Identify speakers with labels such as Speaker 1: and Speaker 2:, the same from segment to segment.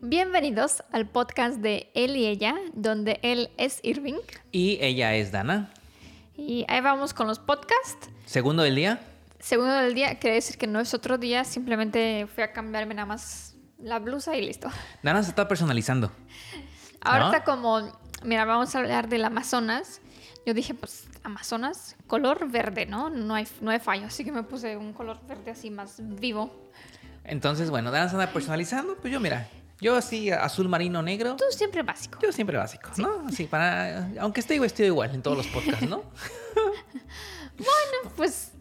Speaker 1: Bienvenidos al podcast de Él y Ella, donde él es Irving
Speaker 2: Y ella es Dana.
Speaker 1: y ahí vamos con los podcasts.
Speaker 2: Segundo del día.
Speaker 1: Segundo del día, quiere decir que no es otro día, simplemente fui a cambiarme nada más la blusa y listo.
Speaker 2: Dana se está personalizando.
Speaker 1: Ahora
Speaker 2: ¿No?
Speaker 1: está como, mira, vamos a hablar del Amazonas. Yo dije, pues Amazonas, color verde, ¿no? No hay, no hay fallo, así que me puse un color verde así más vivo.
Speaker 2: Entonces, bueno, Dana se anda personalizando. Pues yo, mira, yo así azul marino negro.
Speaker 1: Tú siempre básico.
Speaker 2: Yo siempre básico, ¿no? Así para. Aunque estoy vestido igual en todos los podcasts, ¿no?
Speaker 1: Bueno, pues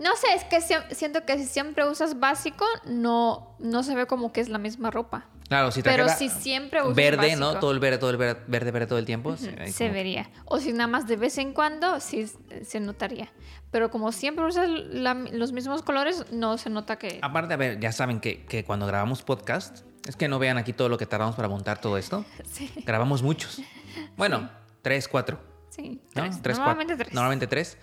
Speaker 1: no sé, es que sie- siento que si siempre usas básico, no, no se ve como que es la misma ropa.
Speaker 2: Claro, si
Speaker 1: Pero
Speaker 2: trajera
Speaker 1: si siempre usas
Speaker 2: Verde,
Speaker 1: básico.
Speaker 2: ¿no? Todo el verde, todo el verde, verde, verde todo el tiempo. se ve
Speaker 1: se
Speaker 2: como-
Speaker 1: vería. O si nada más de vez en cuando, sí eh, se notaría. Pero como siempre usas la- los mismos colores, no se nota que...
Speaker 2: Aparte, a ver, ya saben que, que cuando grabamos podcast, es que no vean aquí todo lo que tardamos para montar todo esto.
Speaker 1: Sí,
Speaker 2: Grabamos muchos. Bueno, tres, cuatro.
Speaker 1: sí.
Speaker 2: ¿no?
Speaker 1: tres.
Speaker 2: Tres,
Speaker 1: Normalmente
Speaker 2: cuatro-
Speaker 1: tres.
Speaker 2: Normalmente tres.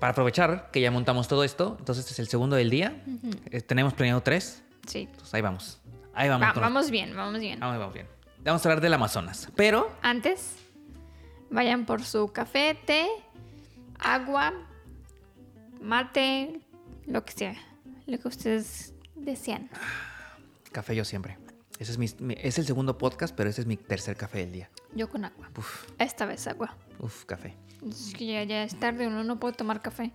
Speaker 2: Para aprovechar que ya montamos todo esto, entonces este es el segundo del día. Eh, tenemos planeado tres,
Speaker 1: Sí.
Speaker 2: entonces ahí vamos. Ahí vamos.
Speaker 1: Va-
Speaker 2: con-
Speaker 1: vamos bien, vamos bien.
Speaker 2: vamos, vamos bien. Vamos a hablar del Amazonas, pero
Speaker 1: Antes, vayan por su café, té, agua, mate, lo que sea, lo que ustedes desean.
Speaker 2: café yo siempre. Ese es, mi, mi- es el segundo podcast, pero ese es mi tercer café del día.
Speaker 1: Yo con agua.
Speaker 2: Uf,
Speaker 1: Esta vez agua.
Speaker 2: uf, café.
Speaker 1: Es que ya, ya es tarde, uno no puede tomar café.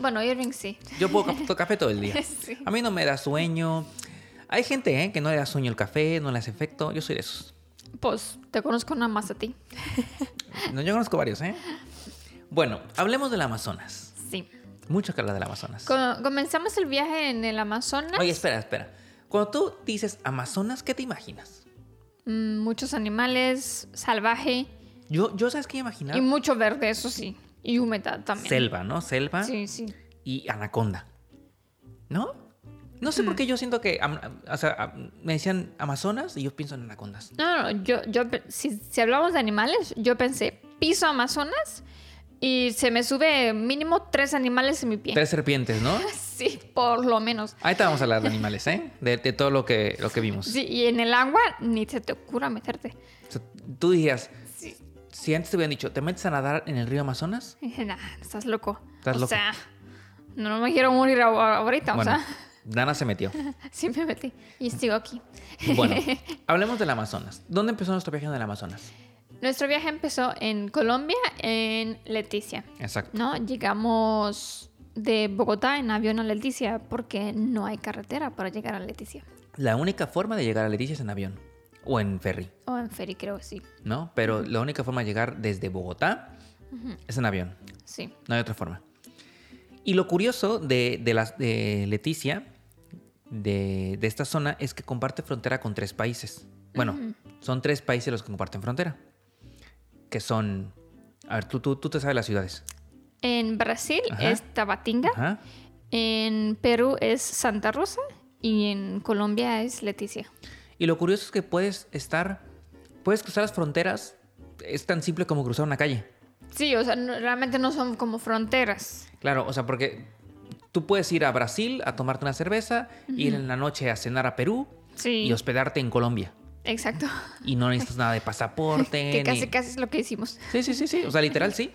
Speaker 1: Bueno, Irving sí.
Speaker 2: Yo puedo ca- café todo el día.
Speaker 1: Sí.
Speaker 2: A mí no me da sueño. Hay gente ¿eh? que no le da sueño el café, no le hace efecto. Yo soy de esos.
Speaker 1: Pues te conozco nada más a ti.
Speaker 2: No, yo conozco varios, ¿eh? Bueno, hablemos del Amazonas.
Speaker 1: Sí.
Speaker 2: Mucho que hablar del Amazonas.
Speaker 1: Co- comenzamos el viaje en el Amazonas.
Speaker 2: Oye, espera, espera. Cuando tú dices Amazonas, ¿qué te imaginas?
Speaker 1: Mm, muchos animales, salvaje
Speaker 2: Yo, yo ¿sabes qué
Speaker 1: y
Speaker 2: imaginaba?
Speaker 1: mucho verde, eso sí. Y humedad también.
Speaker 2: Selva, ¿no? Selva
Speaker 1: Sí, sí.
Speaker 2: y anaconda. ¿No? No sé
Speaker 1: Mm.
Speaker 2: por qué yo siento que, am- o sea, am- me decían Amazonas y yo pienso en anacondas.
Speaker 1: No, no, yo, yo pe- si, si hablamos de animales, yo pensé piso Amazonas y se me sube mínimo tres animales en mi pie.
Speaker 2: Tres serpientes, ¿no?
Speaker 1: Sí, por lo menos.
Speaker 2: Ahí te vamos a hablar de animales, ¿eh? De, de todo lo que, lo que vimos.
Speaker 1: Sí, y en el agua ni se te ocurra meterte.
Speaker 2: O sea, tú dirías,
Speaker 1: Sí.
Speaker 2: si antes te hubieran dicho, ¿te metes a nadar en el río Amazonas?
Speaker 1: Dije, nah, estás loco.
Speaker 2: Estás
Speaker 1: o
Speaker 2: loco.
Speaker 1: sea, no me quiero morir ahor- ahorita,
Speaker 2: bueno,
Speaker 1: o sea,
Speaker 2: Dana se metió.
Speaker 1: sí me metí y sigo aquí.
Speaker 2: Bueno, hablemos del Amazonas. ¿Dónde empezó nuestro viaje en el Amazonas?
Speaker 1: Nuestro viaje empezó en Colombia, en Leticia.
Speaker 2: Exacto.
Speaker 1: ¿no? Llegamos de Bogotá en avión a Leticia porque no hay carretera para llegar a Leticia.
Speaker 2: La única forma de llegar a Leticia es en avión o en ferry,
Speaker 1: O en ferry, creo, sí.
Speaker 2: ¿no? Pero la única forma de llegar desde Bogotá es en avión,
Speaker 1: Sí.
Speaker 2: no hay otra forma. Y lo curioso de, de las- de Leticia, de, de esta zona, es que comparte frontera con tres países. Bueno, son tres países los que comparten frontera, que son... A ver, tú, tú, tú te sabes las ciudades.
Speaker 1: En Brasil
Speaker 2: Ajá.
Speaker 1: es Tabatinga,
Speaker 2: Ajá.
Speaker 1: en Perú es Santa Rosa y en Colombia es Leticia.
Speaker 2: Y lo curioso es que puedes estar, puedes cruzar las fronteras, es tan simple como cruzar una calle.
Speaker 1: Sí, o sea, no- realmente no son como fronteras.
Speaker 2: Claro, o sea, porque tú puedes ir a Brasil a tomarte una cerveza, ir en la noche a cenar a Perú
Speaker 1: Sí,
Speaker 2: y hospedarte en Colombia.
Speaker 1: exacto.
Speaker 2: Y no necesitas nada de pasaporte.
Speaker 1: que
Speaker 2: ni-
Speaker 1: casi casi es lo que hicimos.
Speaker 2: Sí, sí, sí, sí. O sea, literal, sí.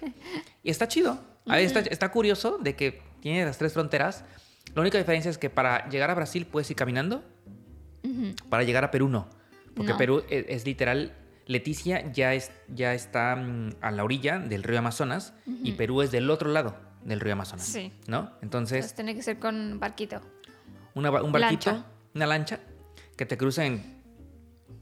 Speaker 2: Y está chido. A ver, está, está curioso de que tiene las tres fronteras. La única diferencia es que para llegar a Brasil puedes ir caminando. Para llegar a Perú no. Porque
Speaker 1: No.
Speaker 2: Perú es, es literal. Leticia ya, es, ya está mm, a la orilla del río Amazonas y Perú es del otro lado del río Amazonas.
Speaker 1: Sí.
Speaker 2: ¿No? Entonces,
Speaker 1: Entonces tiene que ser con barquito.
Speaker 2: una ba- un barquito,
Speaker 1: Lancha.
Speaker 2: una lancha, que te cruza en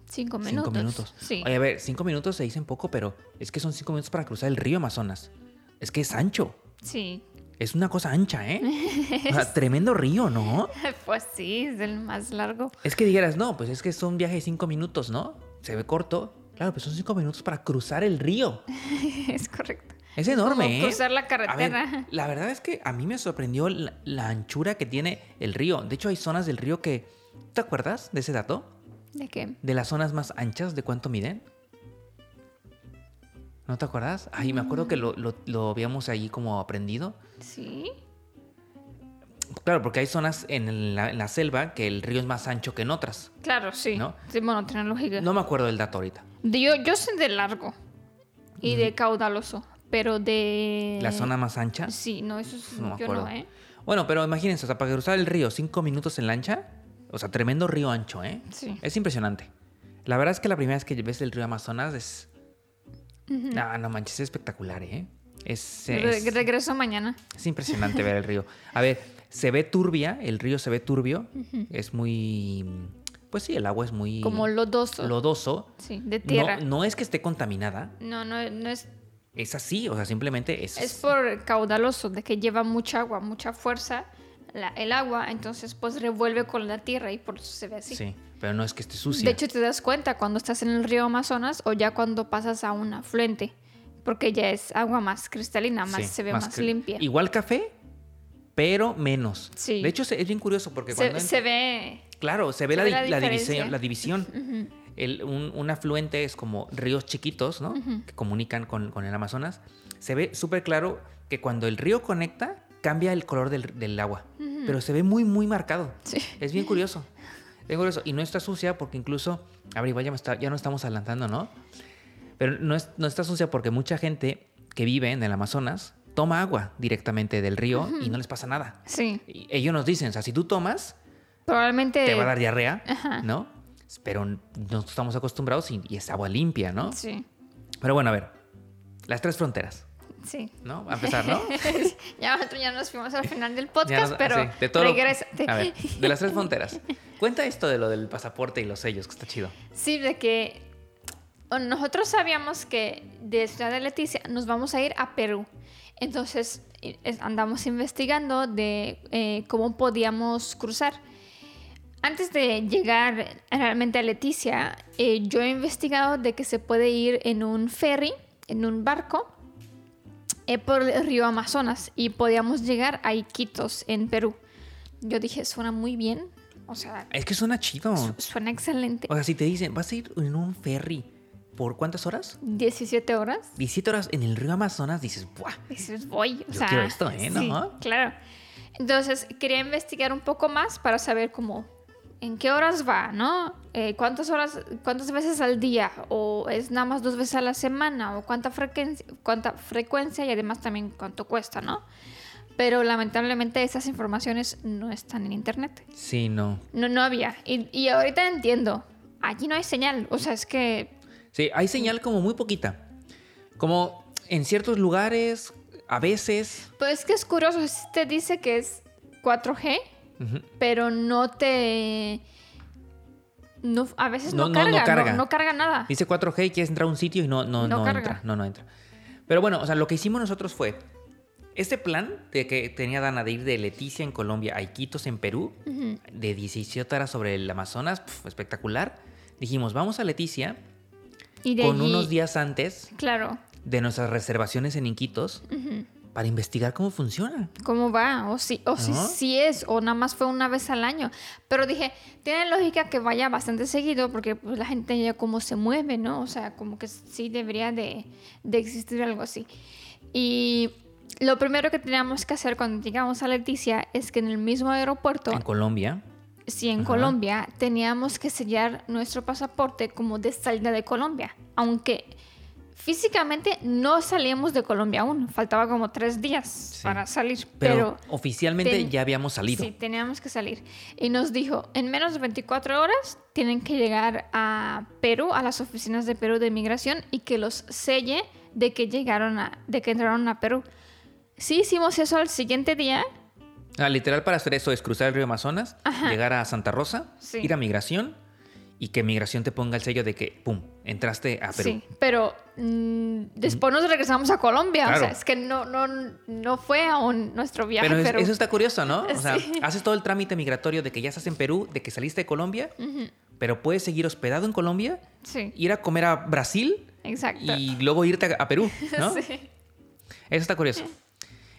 Speaker 1: Cinco minutos.
Speaker 2: cinco minutos.
Speaker 1: Sí.
Speaker 2: Oye, a ver, cinco minutos se dicen poco, pero es que son cinco minutos para cruzar el río Amazonas. Es que es ancho.
Speaker 1: Sí.
Speaker 2: Es una cosa ancha, ¿eh? O sea, tremendo río, ¿no?
Speaker 1: Pues sí, es el más largo.
Speaker 2: Es que dijeras, no, pues es que es un viaje de cinco minutos, ¿no? Se ve corto. Claro, pues son cinco minutos para cruzar el río.
Speaker 1: es correcto.
Speaker 2: Es enorme,
Speaker 1: como
Speaker 2: ¿eh?
Speaker 1: cruzar la
Speaker 2: A ver,
Speaker 1: carretera.
Speaker 2: la verdad es que a mí me sorprendió la, la anchura que tiene el río. De hecho, hay zonas del río que. ¿Te acuerdas de ese dato?
Speaker 1: ¿De qué?
Speaker 2: De las zonas más anchas, ¿de cuánto miden? ¿No te acuerdas?
Speaker 1: Mm.
Speaker 2: Ay, me acuerdo que lo, lo- lo habíamos ahí como aprendido.
Speaker 1: Sí.
Speaker 2: Claro, porque hay zonas en la, en la selva que el río es más ancho que en otras.
Speaker 1: Claro, sí.
Speaker 2: ¿No?
Speaker 1: Sí, bueno, tiene lógica.
Speaker 2: No me acuerdo del dato ahorita.
Speaker 1: De- yo, yo sé de largo y de caudaloso, pero de...
Speaker 2: La zona más ancha.
Speaker 1: Eh, Sí, no, eso es,
Speaker 2: No me
Speaker 1: yo
Speaker 2: acuerdo.
Speaker 1: no, ¿eh?
Speaker 2: Bueno, pero imagínense, o sea, para cruzar el río cinco minutos en lancha, o sea, tremendo río ancho, ¿eh?
Speaker 1: Sí.
Speaker 2: Es impresionante. La verdad es que la primera vez que ves el río Amazonas es... Ah, no manches, es espectacular, ¿eh? Es,
Speaker 1: Re-
Speaker 2: es-
Speaker 1: regreso mañana.
Speaker 2: es impresionante ver el río. A ver, se ve turbia, el río se ve turbio, es muy... Pues sí, el agua es muy...
Speaker 1: Como lodoso.
Speaker 2: lodoso.
Speaker 1: sí, de
Speaker 2: No-
Speaker 1: tierra.
Speaker 2: No, es que esté contaminada,
Speaker 1: No, no, no es...
Speaker 2: es así, o sea, simplemente es...
Speaker 1: Es por caudaloso, de que lleva mucha agua, mucha fuerza la- el agua, entonces pues revuelve con la tierra y por eso se ve así.
Speaker 2: Sí, pero no es que esté sucia.
Speaker 1: De hecho, te das cuenta cuando estás en el río Amazonas o ya cuando pasas a un afluente, porque ya es agua más cristalina, más
Speaker 2: Sí,
Speaker 1: se ve más,
Speaker 2: que-
Speaker 1: limpia.
Speaker 2: Igual café, pero menos.
Speaker 1: Sí.
Speaker 2: De hecho, se- es bien curioso porque cuando...
Speaker 1: Se, se ve.
Speaker 2: Claro, se ve,
Speaker 1: se
Speaker 2: la,
Speaker 1: ve
Speaker 2: di-
Speaker 1: la
Speaker 2: la
Speaker 1: diferencia.
Speaker 2: división. La división. El- un, un afluente es como ríos chiquitos, ¿no? Que comunican con, con el Amazonas. Se ve súper claro que cuando el río conecta, cambia el color del, del agua. Pero se ve muy, muy marcado.
Speaker 1: Sí.
Speaker 2: Es bien curioso. Es curioso. Y no está sucia porque incluso. A ver, igual ya, me está, ya no estamos adelantando, ¿no? Pero no, es- no está sucia porque mucha gente que vive en el Amazonas toma agua directamente del río y no les pasa nada.
Speaker 1: Sí.
Speaker 2: Y ellos nos dicen, o sea, si tú tomas,
Speaker 1: Probablemente.
Speaker 2: te va a dar diarrea,
Speaker 1: Eh, Ajá.
Speaker 2: ¿no? Pero no estamos acostumbrados y, y es agua limpia, ¿no?
Speaker 1: Sí.
Speaker 2: Pero bueno, a ver, las tres fronteras,
Speaker 1: Sí.
Speaker 2: ¿no? A empezar, ¿no?
Speaker 1: ya nosotros ya nos fuimos al final del
Speaker 2: Ya
Speaker 1: podcast,
Speaker 2: nos-
Speaker 1: pero
Speaker 2: así, de todo lo-
Speaker 1: regrésate.
Speaker 2: a ver, de las tres fronteras. Cuenta esto de lo del pasaporte y los sellos, que está chido.
Speaker 1: Sí, de que o nosotros sabíamos que de Ciudad de Leticia nos vamos a ir a Perú. Entonces i- es- andamos investigando de eh, cómo podíamos cruzar. Antes de llegar realmente a Leticia, eh, yo he investigado de que se puede ir en un ferry, en un barco, eh, por el río Amazonas y podíamos llegar a Iquitos, en Perú. Yo dije, suena muy bien, o sea,
Speaker 2: Es que suena chido.
Speaker 1: su-
Speaker 2: O
Speaker 1: suena excelente.
Speaker 2: sea, si te dicen, vas a ir en un ferry, ¿por cuántas horas?
Speaker 1: 17 horas.
Speaker 2: 17 horas en el río Amazonas, dices, ¡buah!
Speaker 1: Dices, voy. O
Speaker 2: Yo
Speaker 1: sea,
Speaker 2: quiero esto, ¿eh?
Speaker 1: sí,
Speaker 2: ¿No?
Speaker 1: claro. Entonces, quería investigar un poco más para saber cómo, en qué horas va, ¿no? Eh, ¿Cuántas horas, cuántas veces al día? ¿O es nada más dos veces a la semana? ¿O cuánta frecuencia, cuánta frecuencia y además también cuánto cuesta, ¿no? Pero lamentablemente esas informaciones no están en internet.
Speaker 2: Sí, no.
Speaker 1: No, no había. Y, y ahorita entiendo. Allí no hay señal. O sea, es que...
Speaker 2: Sí, hay señal como muy poquita. Como en ciertos lugares, a veces.
Speaker 1: Pues es que es curioso. sí Te dice que es 4G,
Speaker 2: Ujú.
Speaker 1: pero no te. No, a veces no,
Speaker 2: No, no, no
Speaker 1: carga, no,
Speaker 2: carga.
Speaker 1: no carga nada.
Speaker 2: Dice 4G y quieres entrar a un sitio y no, no,
Speaker 1: No
Speaker 2: no
Speaker 1: carga.
Speaker 2: entra. No, no entra. Pero bueno, o sea, lo que hicimos nosotros fue. Este plan de que tenía Dana de ir de Leticia en Colombia a Iquitos en Perú, de 17 horas sobre el Amazonas, pf, espectacular. Dijimos, vamos a Leticia
Speaker 1: Y de
Speaker 2: con
Speaker 1: allí-
Speaker 2: unos días antes
Speaker 1: Claro,
Speaker 2: de nuestras reservaciones en Iquitos para investigar cómo funciona.
Speaker 1: ¿cómo va? O si, o si
Speaker 2: Ajá.
Speaker 1: sí es, o nada más fue una vez al año. Pero dije, tiene lógica que vaya bastante seguido, porque pues, la gente ya como se mueve, ¿no? O sea, como que sí debería de, de existir algo así. Y lo primero que teníamos que hacer cuando llegamos a Leticia es que en el mismo aeropuerto
Speaker 2: En Colombia.
Speaker 1: si en
Speaker 2: Ajá.
Speaker 1: Colombia teníamos que sellar nuestro pasaporte como de salida de Colombia, aunque físicamente no salíamos de Colombia aún, faltaba como tres días para salir,
Speaker 2: Pero,
Speaker 1: pero,
Speaker 2: oficialmente
Speaker 1: ten-
Speaker 2: ya habíamos salido.
Speaker 1: sí, teníamos que salir. Y nos dijo, en menos de 24 horas tienen que llegar a Perú, a las oficinas de Perú de Migración y que los selle de que llegaron a, de que entraron a Perú. Sí hicimos eso al siguiente día,
Speaker 2: Ah, literal para hacer eso es cruzar el río Amazonas, llegar a Santa Rosa,
Speaker 1: Sí.
Speaker 2: ir a migración y que migración te ponga el sello de que, ¡pum!, entraste a Perú.
Speaker 1: Sí, pero mm, después nos regresamos a Colombia. O sea,
Speaker 2: Claro.
Speaker 1: es que no, no, no fue aún nuestro viaje.
Speaker 2: Pero
Speaker 1: Pero,
Speaker 2: es- eso está curioso, ¿no? O sea,
Speaker 1: Sí.
Speaker 2: haces todo el trámite migratorio de que ya estás en Perú, de que saliste de Colombia, pero puedes seguir hospedado en Colombia,
Speaker 1: Sí,
Speaker 2: ir a comer a Brasil
Speaker 1: exacto.
Speaker 2: y luego irte a, a Perú, ¿no?
Speaker 1: Sí.
Speaker 2: Eso está curioso.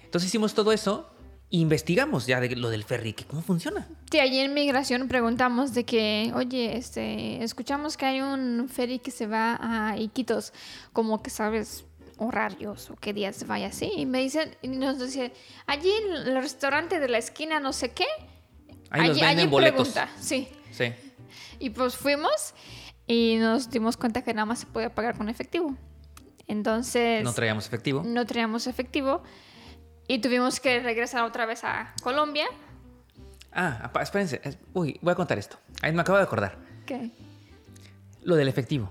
Speaker 2: Entonces hicimos todo eso, investigamos ya de lo del ferry, que cómo funciona.
Speaker 1: Sí, allí en migración preguntamos de que, oye, este, escuchamos que hay un ferry que se va a Iquitos, como que sabes, horarios o qué días vaya así. Y me dicen, y nos dice, allí en el restaurante de la esquina, no sé qué.
Speaker 2: Ahí los venden boletos.
Speaker 1: pregunta, sí.
Speaker 2: Sí.
Speaker 1: Y pues fuimos y nos dimos cuenta que nada más se podía pagar con efectivo. Entonces
Speaker 2: No traíamos efectivo.
Speaker 1: no teníamos efectivo y tuvimos que regresar otra vez a Colombia.
Speaker 2: Ah, apa- espérense. es- Uy, voy a contar esto. Ahí me acabo de acordar.
Speaker 1: ¿Qué?
Speaker 2: Lo del efectivo.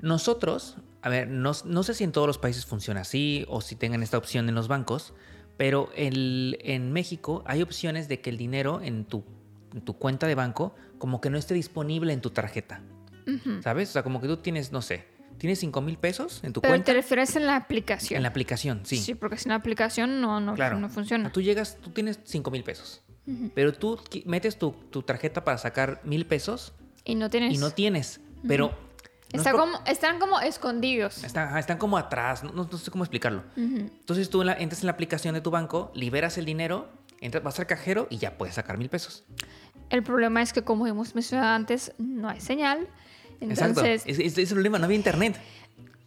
Speaker 2: Nosotros, a ver, no, no sé si en todos los países funciona así o si tengan esta opción en los bancos, pero el- en México hay opciones de que el dinero en tu, en tu cuenta de banco como que no esté disponible en tu tarjeta. ¿Sabes? O sea, como que tú tienes, no sé, tienes 5 mil pesos en tu
Speaker 1: Pero te
Speaker 2: cuenta.
Speaker 1: refieres en la aplicación.
Speaker 2: En la aplicación, sí.
Speaker 1: porque sin la aplicación no, no,
Speaker 2: Claro.
Speaker 1: no funciona.
Speaker 2: Tú llegas, tú tienes 5 mil pesos, pero tú qui- metes tu, tu tarjeta para sacar mil pesos
Speaker 1: Y no tienes.
Speaker 2: y no tienes, pero... no es
Speaker 1: Está
Speaker 2: por-
Speaker 1: como, están como escondidos.
Speaker 2: Están, ajá, están como atrás, no, no- no sé cómo explicarlo.
Speaker 1: Ujú.
Speaker 2: Entonces tú en la- entras en la aplicación de tu banco, liberas el dinero, entras, vas al cajero y ya puedes sacar mil pesos.
Speaker 1: El problema es que, como hemos mencionado antes, no hay señal. Entonces,
Speaker 2: Exacto. Ese es, es el problema, no había internet.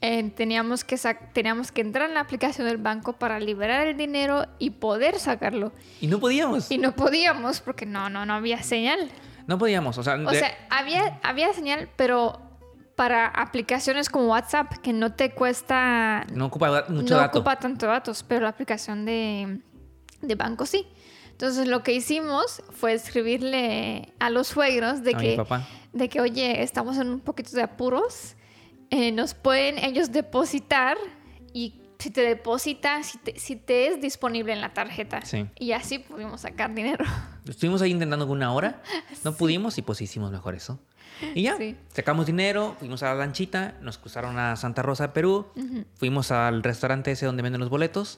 Speaker 1: eh, teníamos, que sac- teníamos que entrar en la aplicación del banco para liberar el dinero y poder sacarlo.
Speaker 2: Y no podíamos.
Speaker 1: Y no podíamos porque no, no, no había señal.
Speaker 2: No podíamos. O sea,
Speaker 1: O
Speaker 2: de-
Speaker 1: sea, había, había señal, pero para aplicaciones como WhatsApp, que no te cuesta,
Speaker 2: no ocupa mucho
Speaker 1: no
Speaker 2: dato.
Speaker 1: ocupa tanto datos, pero la aplicación de, de banco sí. Entonces lo que hicimos fue escribirle a los suegros de
Speaker 2: A mi
Speaker 1: que
Speaker 2: papá.
Speaker 1: de que, oye, estamos en un poquito de apuros, eh, nos pueden ellos depositar y si te depositan, si te, si te es disponible en la tarjeta.
Speaker 2: Sí.
Speaker 1: Y así pudimos sacar dinero.
Speaker 2: Estuvimos ahí intentando una hora, no pudimos y pues hicimos mejor eso. Y ya,
Speaker 1: Sí.
Speaker 2: sacamos dinero, fuimos a la lanchita, nos cruzaron a Santa Rosa de Perú, fuimos al restaurante ese donde venden los boletos,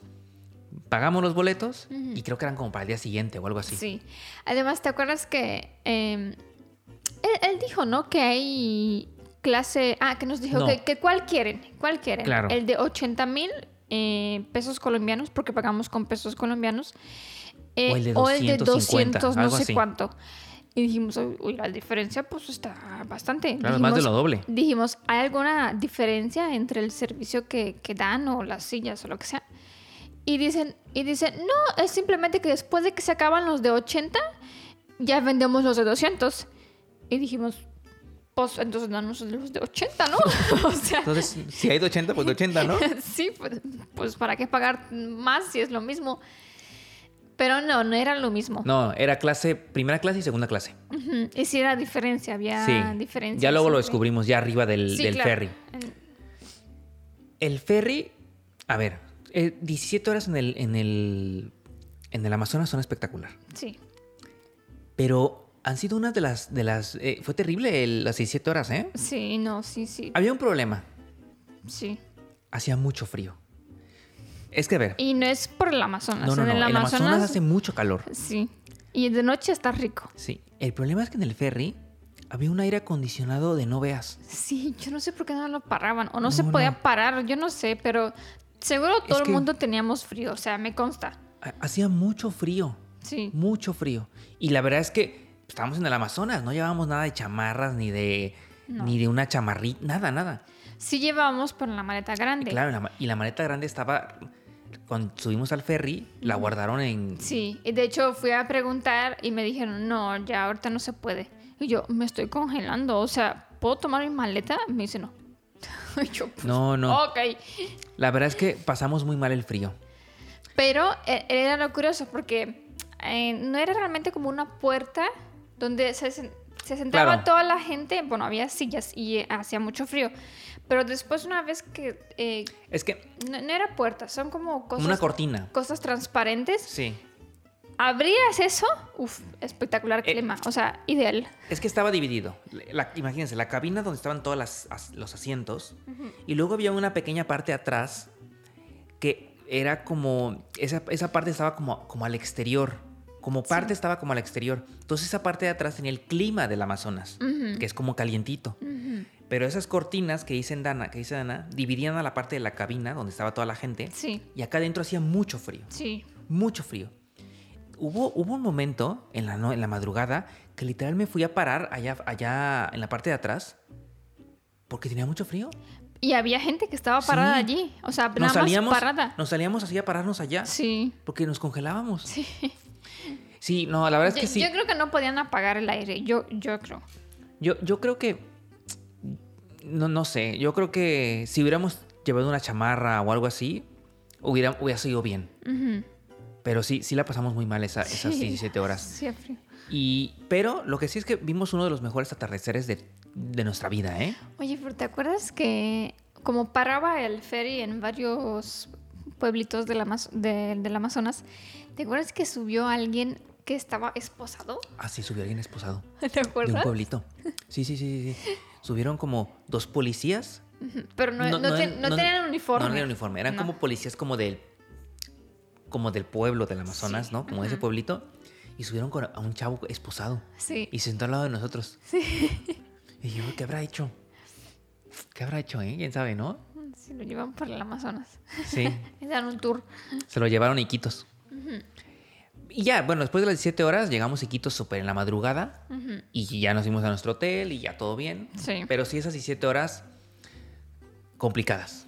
Speaker 2: pagamos los boletos y creo que eran como para el día siguiente o algo así.
Speaker 1: Sí. Además, ¿te acuerdas que eh, él, él dijo, ¿no? Que hay clase... Ah, que nos dijo
Speaker 2: No.
Speaker 1: que, que cuál quieren, cuál quieren.
Speaker 2: Claro.
Speaker 1: El de 80 mil eh, pesos colombianos, porque pagamos con pesos colombianos. eh,
Speaker 2: O el de 250,
Speaker 1: 200, no
Speaker 2: algo
Speaker 1: sé
Speaker 2: así.
Speaker 1: cuánto. Y dijimos, uy, uy, la diferencia pues está bastante.
Speaker 2: Claro,
Speaker 1: dijimos,
Speaker 2: más de lo doble.
Speaker 1: Dijimos, ¿hay alguna diferencia entre el servicio que, que dan o las sillas o lo que sea? Y dicen, y dicen, no, es simplemente que después de que se acaban los de 80, ya vendemos los de 200. Y dijimos, pues entonces danos los de 80, ¿no? o sea,
Speaker 2: Entonces, si hay de 80, pues de 80, ¿no?
Speaker 1: sí, pues, pues, para qué pagar más si es lo mismo. Pero no, no era lo mismo.
Speaker 2: No, era clase, primera clase y segunda clase.
Speaker 1: Ujú, Y sí era diferencia, había
Speaker 2: sí.
Speaker 1: Ah, diferencia.
Speaker 2: ya luego lo
Speaker 1: siempre.
Speaker 2: descubrimos, ya arriba del,
Speaker 1: Sí,
Speaker 2: del
Speaker 1: claro.
Speaker 2: ferry.
Speaker 1: En-
Speaker 2: El ferry, a ver, eh, 17 horas en el, en el, en el Amazonas son espectacular.
Speaker 1: Sí.
Speaker 2: Pero han sido una de las... De las eh, fue terrible el- las 17 horas, ¿eh?
Speaker 1: Sí, no, sí, sí,
Speaker 2: Había un problema.
Speaker 1: sí.
Speaker 2: Hacía mucho frío. Es que, a ver...
Speaker 1: Y no es por el Amazonas.
Speaker 2: No, no,
Speaker 1: en
Speaker 2: no.
Speaker 1: el Amazonas,
Speaker 2: hace mucho calor.
Speaker 1: sí. Y de noche está rico.
Speaker 2: Sí. El problema es que en el ferry había un aire acondicionado de no veas.
Speaker 1: Sí, yo no sé por qué no lo paraban o no, se
Speaker 2: No,
Speaker 1: podía
Speaker 2: no.
Speaker 1: parar, yo no sé, pero seguro todo el
Speaker 2: que-
Speaker 1: mundo teníamos frío, o sea, me consta.
Speaker 2: Ha- Hacía mucho frío.
Speaker 1: Sí.
Speaker 2: Mucho frío. Y la verdad es que estábamos en el Amazonas. No llevábamos nada de chamarras ni de... Ni de una chamarrita. Nada, nada.
Speaker 1: Sí llevábamos por la maleta grande.
Speaker 2: Claro, la ma- y la maleta grande estaba... Cuando subimos al ferry, la guardaron en...
Speaker 1: Sí, y de hecho fui a preguntar y me dijeron, no, ya ahorita no se puede. Y yo, me estoy congelando, o sea, ¿puedo tomar mi maleta? Me dice, no. Y yo, pues,
Speaker 2: No, no.
Speaker 1: Ok.
Speaker 2: La verdad es que pasamos muy mal el frío.
Speaker 1: Pero eh, era lo curioso porque eh, no era realmente como una puerta donde se, sen- se sentaba
Speaker 2: Claro.
Speaker 1: toda la gente. Bueno, había sillas y eh, hacía mucho frío. Pero después una vez que... eh,
Speaker 2: Es que
Speaker 1: no, no era puerta, son como
Speaker 2: como
Speaker 1: cosas,
Speaker 2: una cortina.
Speaker 1: cosas transparentes.
Speaker 2: Sí.
Speaker 1: Abrías eso, uff, espectacular
Speaker 2: Eh,
Speaker 1: clima. O sea, ideal.
Speaker 2: Es que estaba dividido. La- imagínense, la cabina donde estaban todos los asientos. Y luego había una pequeña parte atrás que era como... Esa, esa parte estaba como, como al exterior. Como parte estaba como al exterior. Entonces esa parte de atrás tenía el clima del Amazonas,
Speaker 1: Ujú.
Speaker 2: que es como calientito.
Speaker 1: Ujú.
Speaker 2: Pero esas cortinas que dicen Dana, que dice Dana, dividían a la parte de la cabina donde estaba toda la gente.
Speaker 1: Sí,
Speaker 2: Y acá adentro hacía mucho frío.
Speaker 1: sí.
Speaker 2: mucho frío. Hubo, hubo un momento en la, no- en la madrugada que literal me fui a parar allá, allá en la parte de atrás porque tenía mucho frío.
Speaker 1: Y había gente que estaba parada
Speaker 2: Sí.
Speaker 1: allí. O sea,
Speaker 2: Nos
Speaker 1: nada
Speaker 2: salíamos,
Speaker 1: más parada.
Speaker 2: nos salíamos así a pararnos allá
Speaker 1: Sí.
Speaker 2: porque nos congelábamos. Sí. no, la verdad es
Speaker 1: Yo,
Speaker 2: que sí.
Speaker 1: yo creo que no podían apagar el aire. Yo, yo creo.
Speaker 2: Yo, yo creo que. No, no sé. Yo creo que si hubiéramos llevado una chamarra o algo así, hubiera, hubiera sido bien.
Speaker 1: Ujú.
Speaker 2: Pero sí, sí la pasamos muy mal esa- esas
Speaker 1: Sí.
Speaker 2: 17 horas.
Speaker 1: Sí, frío.
Speaker 2: Y, pero lo que sí es que vimos uno de los mejores atardeceres de, de nuestra vida, ¿eh?
Speaker 1: Oye, pero ¿te acuerdas que como paraba el ferry en varios pueblitos del, Amaz- de- del Amazonas, ¿te acuerdas que subió alguien que estaba esposado?
Speaker 2: Así Ah, subió alguien esposado
Speaker 1: ¿Te
Speaker 2: de un
Speaker 1: acuerdas?
Speaker 2: pueblito. Sí, sí, sí, sí, sí. Subieron como dos policías.
Speaker 1: Pero no, no, ten- no tenían uniforme.
Speaker 2: No tenían uniforme. Eran
Speaker 1: No.
Speaker 2: como policías como del, como del pueblo del Amazonas, ¿no? Como de ese pueblito. Y subieron con- a un chavo esposado.
Speaker 1: Sí.
Speaker 2: Y se sentó al lado de nosotros. Sí. Y yo, ¿qué habrá hecho? ¿Qué habrá hecho, eh? ¿Quién sabe, no?
Speaker 1: Sí, lo llevan por el Amazonas.
Speaker 2: Sí.
Speaker 1: Le dan un tour.
Speaker 2: Se lo llevaron a Iquitos. Y ya, bueno, después de las 17 horas llegamos a Iquitos súper en la madrugada. Y ya nos fuimos a nuestro hotel y ya todo bien.
Speaker 1: Sí.
Speaker 2: Pero sí esas 17 horas complicadas.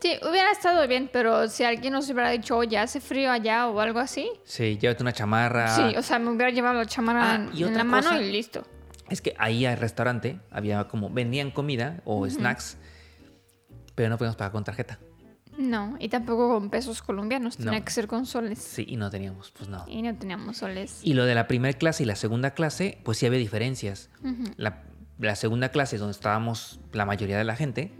Speaker 1: Sí, hubiera estado bien, pero si alguien nos hubiera dicho, oye, hace frío allá o algo así.
Speaker 2: Sí, llévate una chamarra.
Speaker 1: Sí, o sea, me hubiera llevado la chamarra
Speaker 2: Ah,
Speaker 1: en,
Speaker 2: y
Speaker 1: en
Speaker 2: otra
Speaker 1: la mano
Speaker 2: cosa.
Speaker 1: y listo.
Speaker 2: Es que ahí al restaurante había como, vendían comida o snacks, pero no podíamos pagar con tarjeta.
Speaker 1: No, y tampoco con pesos colombianos,
Speaker 2: No.
Speaker 1: tenía que ser con soles.
Speaker 2: Sí, y no teníamos, pues no.
Speaker 1: Y no teníamos soles.
Speaker 2: Y lo de la primera clase y la segunda clase, pues sí había diferencias. la, la segunda clase es donde estábamos la mayoría de la gente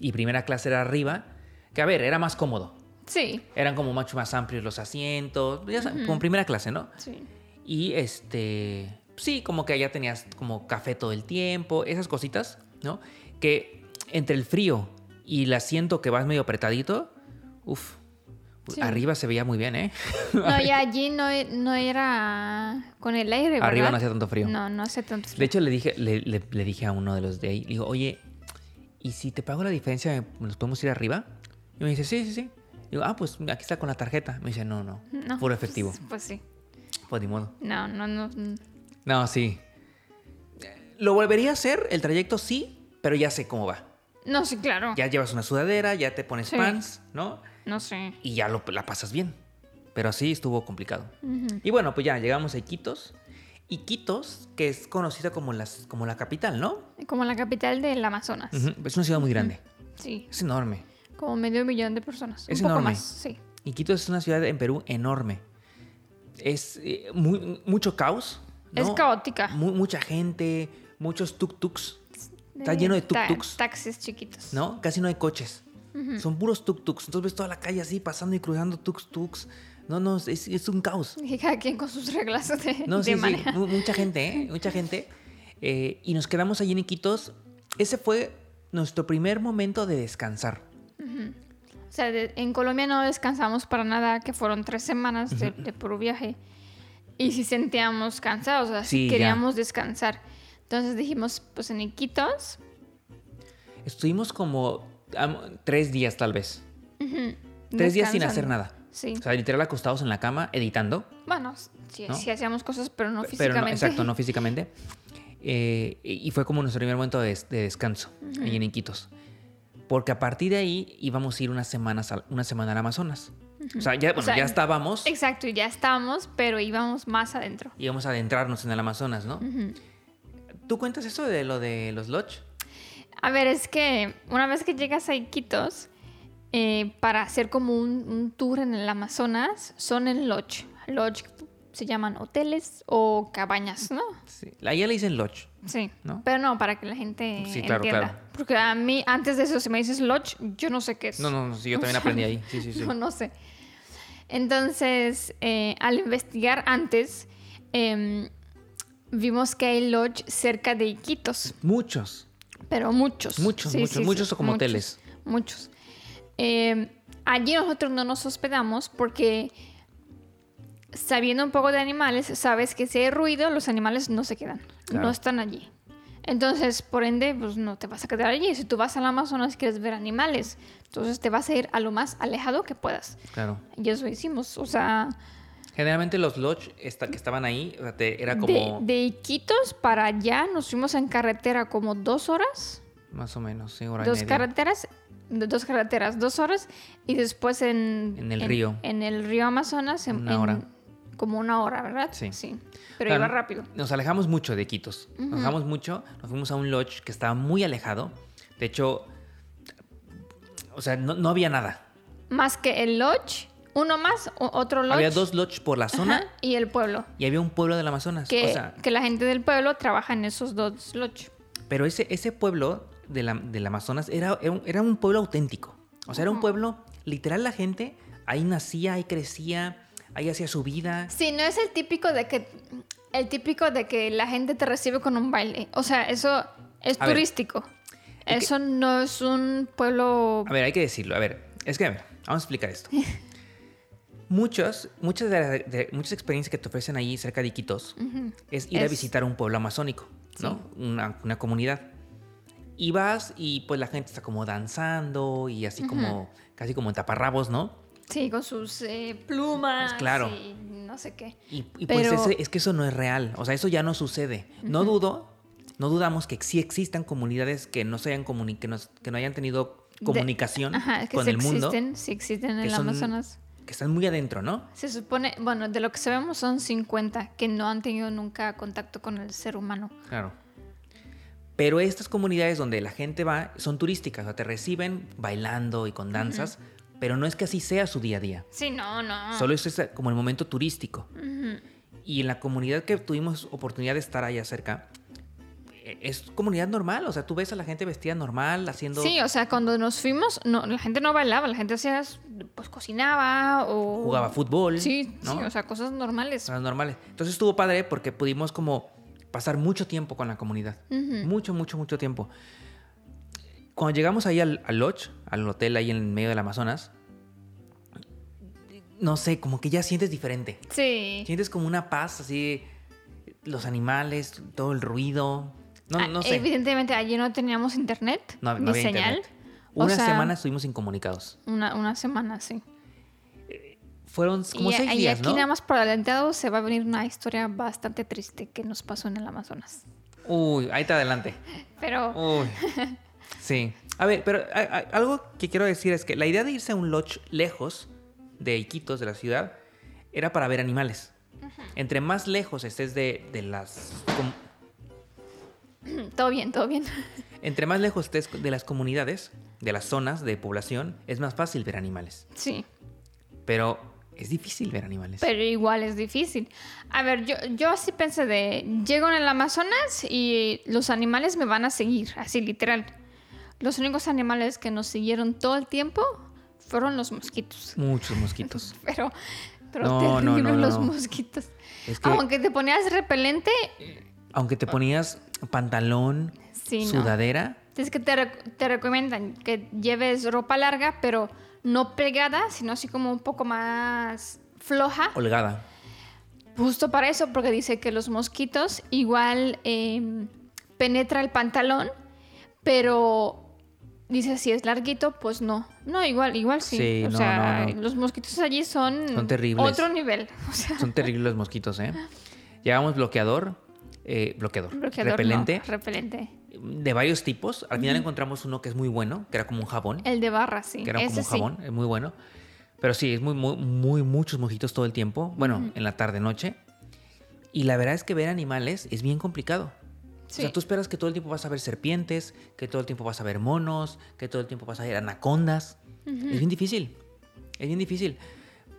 Speaker 2: y primera clase era arriba, que a ver, era más cómodo.
Speaker 1: Sí,
Speaker 2: Eran como mucho más amplios los asientos, ya sabes, como primera clase, ¿no?
Speaker 1: sí.
Speaker 2: Y este, sí, como que allá tenías como café todo el tiempo, esas cositas, ¿no? Que entre el frío y el asiento que vas medio apretadito, uff,
Speaker 1: Sí.
Speaker 2: arriba se veía muy bien, ¿eh?
Speaker 1: No, y allí no, e- no era con el aire, ¿verdad?
Speaker 2: Arriba no hacía tanto frío.
Speaker 1: No, no hacía tanto
Speaker 2: De
Speaker 1: frío.
Speaker 2: hecho, le dije, le, le- le dije a uno de los de ahí, le digo, oye, ¿y si te pago la diferencia, nos podemos ir arriba? Y me dice, sí, sí, sí. Digo, ah, pues aquí está con la tarjeta. Me dice, no, no,
Speaker 1: No,
Speaker 2: puro efectivo.
Speaker 1: Pues, pues sí.
Speaker 2: Pues ni modo.
Speaker 1: No, no, no. mm.
Speaker 2: No, sí. Lo volvería a hacer, el trayecto sí, pero ya sé cómo va.
Speaker 1: No, sí, claro.
Speaker 2: Ya llevas una sudadera, ya te pones
Speaker 1: Sí.
Speaker 2: pants, ¿no?
Speaker 1: No sé.
Speaker 2: Y ya lo- la pasas bien. Pero sí estuvo complicado. Y bueno, pues ya llegamos a Iquitos. Iquitos, que es conocida como, las, como la capital, ¿no?
Speaker 1: Como la capital del Amazonas.
Speaker 2: Ujú, Es una ciudad muy grande.
Speaker 1: Sí.
Speaker 2: Es enorme.
Speaker 1: Como medio millón de personas.
Speaker 2: Es
Speaker 1: Un poco
Speaker 2: enorme.
Speaker 1: más, sí.
Speaker 2: Iquitos es una ciudad en Perú enorme. Es eh, mu- mucho caos. ¿no?
Speaker 1: Es caótica.
Speaker 2: Mu- mucha gente, muchos tuk-tuks. Está lleno de
Speaker 1: Ta-
Speaker 2: tuk-tuks.
Speaker 1: taxis chiquitos.
Speaker 2: ¿no? Casi no hay coches. Son puros tuk-tuks. Entonces ves toda la calle así pasando y cruzando tuk-tuks. No, no, es, es un caos.
Speaker 1: Y cada quien con sus reglas de,
Speaker 2: No,
Speaker 1: de
Speaker 2: sí, sí,
Speaker 1: manejar.
Speaker 2: mu- mucha gente, ¿eh? Mucha gente. Eh, y nos quedamos allí en Iquitos. Ese fue nuestro primer momento de descansar.
Speaker 1: O sea, de- en Colombia no descansamos para nada, que fueron tres semanas de, de puro viaje. Y sí sentíamos cansados, o sea, sí
Speaker 2: Sí, ya.
Speaker 1: queríamos descansar. Entonces dijimos, pues en Iquitos,
Speaker 2: Estuvimos como am, tres días tal vez. Tres días sin
Speaker 1: descansan.
Speaker 2: hacer nada.
Speaker 1: Sí.
Speaker 2: O sea, literal acostados en la cama, editando.
Speaker 1: Bueno, sí,
Speaker 2: ¿No?
Speaker 1: sí hacíamos cosas, pero no
Speaker 2: Pero
Speaker 1: físicamente.
Speaker 2: no, exacto, no físicamente. Eh, y y fue como nuestro primer momento de, des- de descanso ahí en Iquitos. Porque a partir de ahí íbamos a ir unas semanas al- una semana al Amazonas. O sea, ya, bueno,
Speaker 1: sea,
Speaker 2: ya estábamos,
Speaker 1: Exacto, ya estábamos, pero íbamos más adentro.
Speaker 2: íbamos a adentrarnos en el Amazonas, ¿no? ¿Tú cuentas eso de lo de los lodge?
Speaker 1: A ver, es que una vez que llegas a Iquitos, eh, para hacer como un, un tour en el Amazonas, son en lodge. Lodge se llaman hoteles o cabañas, ¿no?
Speaker 2: Sí. Allá le dicen lodge.
Speaker 1: Sí.
Speaker 2: ¿No?
Speaker 1: Pero no, para que la gente
Speaker 2: Sí, claro,
Speaker 1: entienda.
Speaker 2: claro.
Speaker 1: Porque a mí, antes de eso, si me dices lodge, yo no sé qué es.
Speaker 2: No, no, no, sí, yo también aprendí ahí. Sí, sí, sí.
Speaker 1: No, no sé. Entonces, eh, al investigar antes, em, vimos que hay lodge cerca de Iquitos.
Speaker 2: Muchos.
Speaker 1: Pero muchos.
Speaker 2: Muchos, muchos, muchos o como hoteles.
Speaker 1: Muchos. Eh, allí nosotros no nos hospedamos porque sabiendo un poco de animales, sabes que si hay ruido, los animales no se quedan,
Speaker 2: Claro.
Speaker 1: no están allí. Entonces, por ende, pues no te vas a quedar allí. Si tú vas al Amazonas quieres ver animales, entonces te vas a ir a lo más alejado que puedas.
Speaker 2: Claro.
Speaker 1: Y eso hicimos, o sea,
Speaker 2: Generalmente los lodge esta- que estaban ahí o sea, te- era
Speaker 1: de,
Speaker 2: como...
Speaker 1: de Iquitos para allá nos fuimos en carretera como dos horas
Speaker 2: Más o menos, sí, hora y
Speaker 1: dos
Speaker 2: media.
Speaker 1: carreteras, do- dos carreteras, dos horas y después en,
Speaker 2: En el río.
Speaker 1: en el río Amazonas, en,
Speaker 2: Una
Speaker 1: en
Speaker 2: hora.
Speaker 1: como una hora, ¿verdad?
Speaker 2: Sí.
Speaker 1: pero
Speaker 2: Claro,
Speaker 1: iba rápido.
Speaker 2: Nos alejamos mucho de Quitos. Nos alejamos mucho. Nos fuimos a un lodge que estaba muy alejado. De hecho, o sea, no, no había nada.
Speaker 1: Más que el lodge, uno más, o- otro lodge
Speaker 2: Había dos lodges por la zona
Speaker 1: ajá, y el pueblo.
Speaker 2: y había un pueblo del Amazonas.
Speaker 1: Que,
Speaker 2: O sea,
Speaker 1: que la gente del pueblo trabaja en esos dos lodge.
Speaker 2: pero ese, ese pueblo del Am- del Amazonas era, era un- era un pueblo auténtico. O sea, era un pueblo, literal, la gente ahí nacía, ahí crecía, ahí hacía su vida.
Speaker 1: Sí, no es el típico de que el típico de que la gente te recibe con un baile. O sea, eso es
Speaker 2: A ver.
Speaker 1: turístico. Eso no es un pueblo
Speaker 2: A ver, hay que decirlo. A ver, es que, a ver, vamos a explicar esto. Muchos, muchas, de, las- de- muchas experiencias que te ofrecen ahí cerca de Iquitos es ir a
Speaker 1: Es-
Speaker 2: visitar un pueblo amazónico, ¿no? Una, una comunidad. Y vas y pues la gente está como danzando y así como, casi como en taparrabos, ¿no?
Speaker 1: Sí, con sus eh, plumas.
Speaker 2: Pues claro.
Speaker 1: Y no sé qué.
Speaker 2: Y, y, pues
Speaker 1: Pero-
Speaker 2: ese- es que eso no es real, o sea, eso ya no sucede. No dudo, no dudamos que sí existan comunidades que no, se hayan comuni- que no, que no hayan tenido
Speaker 1: De-
Speaker 2: comunicación
Speaker 1: Ajá, es que
Speaker 2: con
Speaker 1: sí
Speaker 2: el mundo,
Speaker 1: existen, sí existen en
Speaker 2: que
Speaker 1: el
Speaker 2: son-
Speaker 1: Amazonas.
Speaker 2: que están muy adentro, ¿no?
Speaker 1: Se supone, bueno, de lo que sabemos son 50 que no han tenido nunca contacto con el ser humano.
Speaker 2: Claro. Pero estas comunidades donde la gente va son turísticas, o sea, te reciben bailando y con danzas, pero no es que así sea su día a día.
Speaker 1: Sí, no, no.
Speaker 2: Solo es esa- como el momento turístico. Y en la comunidad que tuvimos oportunidad de estar allá cerca, e- es comunidad normal, o sea, tú ves a la gente vestida normal, haciendo...
Speaker 1: Sí, o sea, cuando nos fuimos, no, la gente no bailaba, la gente hacía, pues cocinaba o...
Speaker 2: jugaba fútbol.
Speaker 1: Sí,
Speaker 2: ¿no? Ah.
Speaker 1: sí, o sea, cosas normales.
Speaker 2: Cosas normales. Entonces estuvo padre porque pudimos como pasar mucho tiempo con la comunidad.
Speaker 1: Mm.
Speaker 2: Mucho, mucho, mucho tiempo. Cuando llegamos ahí al, al lodge, al hotel ahí en medio del Amazonas, no sé, como que ya sientes diferente.
Speaker 1: Sí.
Speaker 2: Sientes como una paz así, los animales, todo el ruido. No,
Speaker 1: Ah,
Speaker 2: no sé.
Speaker 1: Evidentemente allí no teníamos internet,
Speaker 2: No, no
Speaker 1: ni
Speaker 2: había
Speaker 1: señal.
Speaker 2: internet.
Speaker 1: O
Speaker 2: Una
Speaker 1: sea,
Speaker 2: semana estuvimos incomunicados.
Speaker 1: Una, una semana, sí.
Speaker 2: Fueron Pues, como
Speaker 1: y,
Speaker 2: seis
Speaker 1: y
Speaker 2: días,
Speaker 1: aquí
Speaker 2: ¿no?
Speaker 1: nada más por adelantado se va a venir una historia bastante triste que nos pasó en el Amazonas.
Speaker 2: Uy, ahí te adelante.
Speaker 1: Pero
Speaker 2: Uy. Sí. A ver, pero a- a- algo que quiero decir es que la idea de irse a un lodge lejos de Iquitos, de la ciudad, era para ver animales. Entre más lejos estés de, de las... com-
Speaker 1: mm, todo bien, todo bien.
Speaker 2: entre más lejos estés de las comunidades, de las zonas de población, es más fácil ver animales.
Speaker 1: Sí,
Speaker 2: Pero es difícil ver animales.
Speaker 1: pero igual es difícil. A ver, yo, yo así pensé de, llego en el Amazonas y los animales me van a seguir, así literal. Los únicos animales que nos siguieron todo el tiempo fueron los mosquitos.
Speaker 2: Muchos mosquitos.
Speaker 1: Pero, pero
Speaker 2: No, no,
Speaker 1: terrible
Speaker 2: no, no,
Speaker 1: los
Speaker 2: no.
Speaker 1: mosquitos.
Speaker 2: Es que aunque,
Speaker 1: Aunque te ponías repelente,
Speaker 2: te ponías pantalón,
Speaker 1: sí, no.
Speaker 2: sudadera,
Speaker 1: Es que te, rec- te recomiendan que lleves ropa larga, pero no pegada, sino así como un poco más floja.
Speaker 2: holgada.
Speaker 1: Justo para eso, porque dice que los mosquitos igual eh, penetra el pantalón, pero dice si es larguito, pues no. No, igual, igual sí.
Speaker 2: Sí,
Speaker 1: o
Speaker 2: no,
Speaker 1: sea,
Speaker 2: no, no.
Speaker 1: los mosquitos allí son,
Speaker 2: Son terribles.
Speaker 1: otro nivel. O sea,
Speaker 2: Son terribles los mosquitos, ¿eh? Llevamos bloqueador, eh, bloqueador,
Speaker 1: bloqueador, no,
Speaker 2: repelente,
Speaker 1: repelente.
Speaker 2: de varios tipos. Al final encontramos uno que es muy bueno, que era como un jabón,
Speaker 1: El de barra, Eh, sí.
Speaker 2: que era como
Speaker 1: Ese
Speaker 2: un jabón, es muy bueno. Pero sí, es muy, muy, muy muchos mosquitos todo el tiempo, bueno, en la tarde, noche. Y la verdad es que ver animales es bien complicado.
Speaker 1: Sí.
Speaker 2: O sea, tú esperas que todo el tiempo vas a ver serpientes, que todo el tiempo vas a ver monos, que todo el tiempo vas a ver anacondas. Es bien difícil, es bien difícil.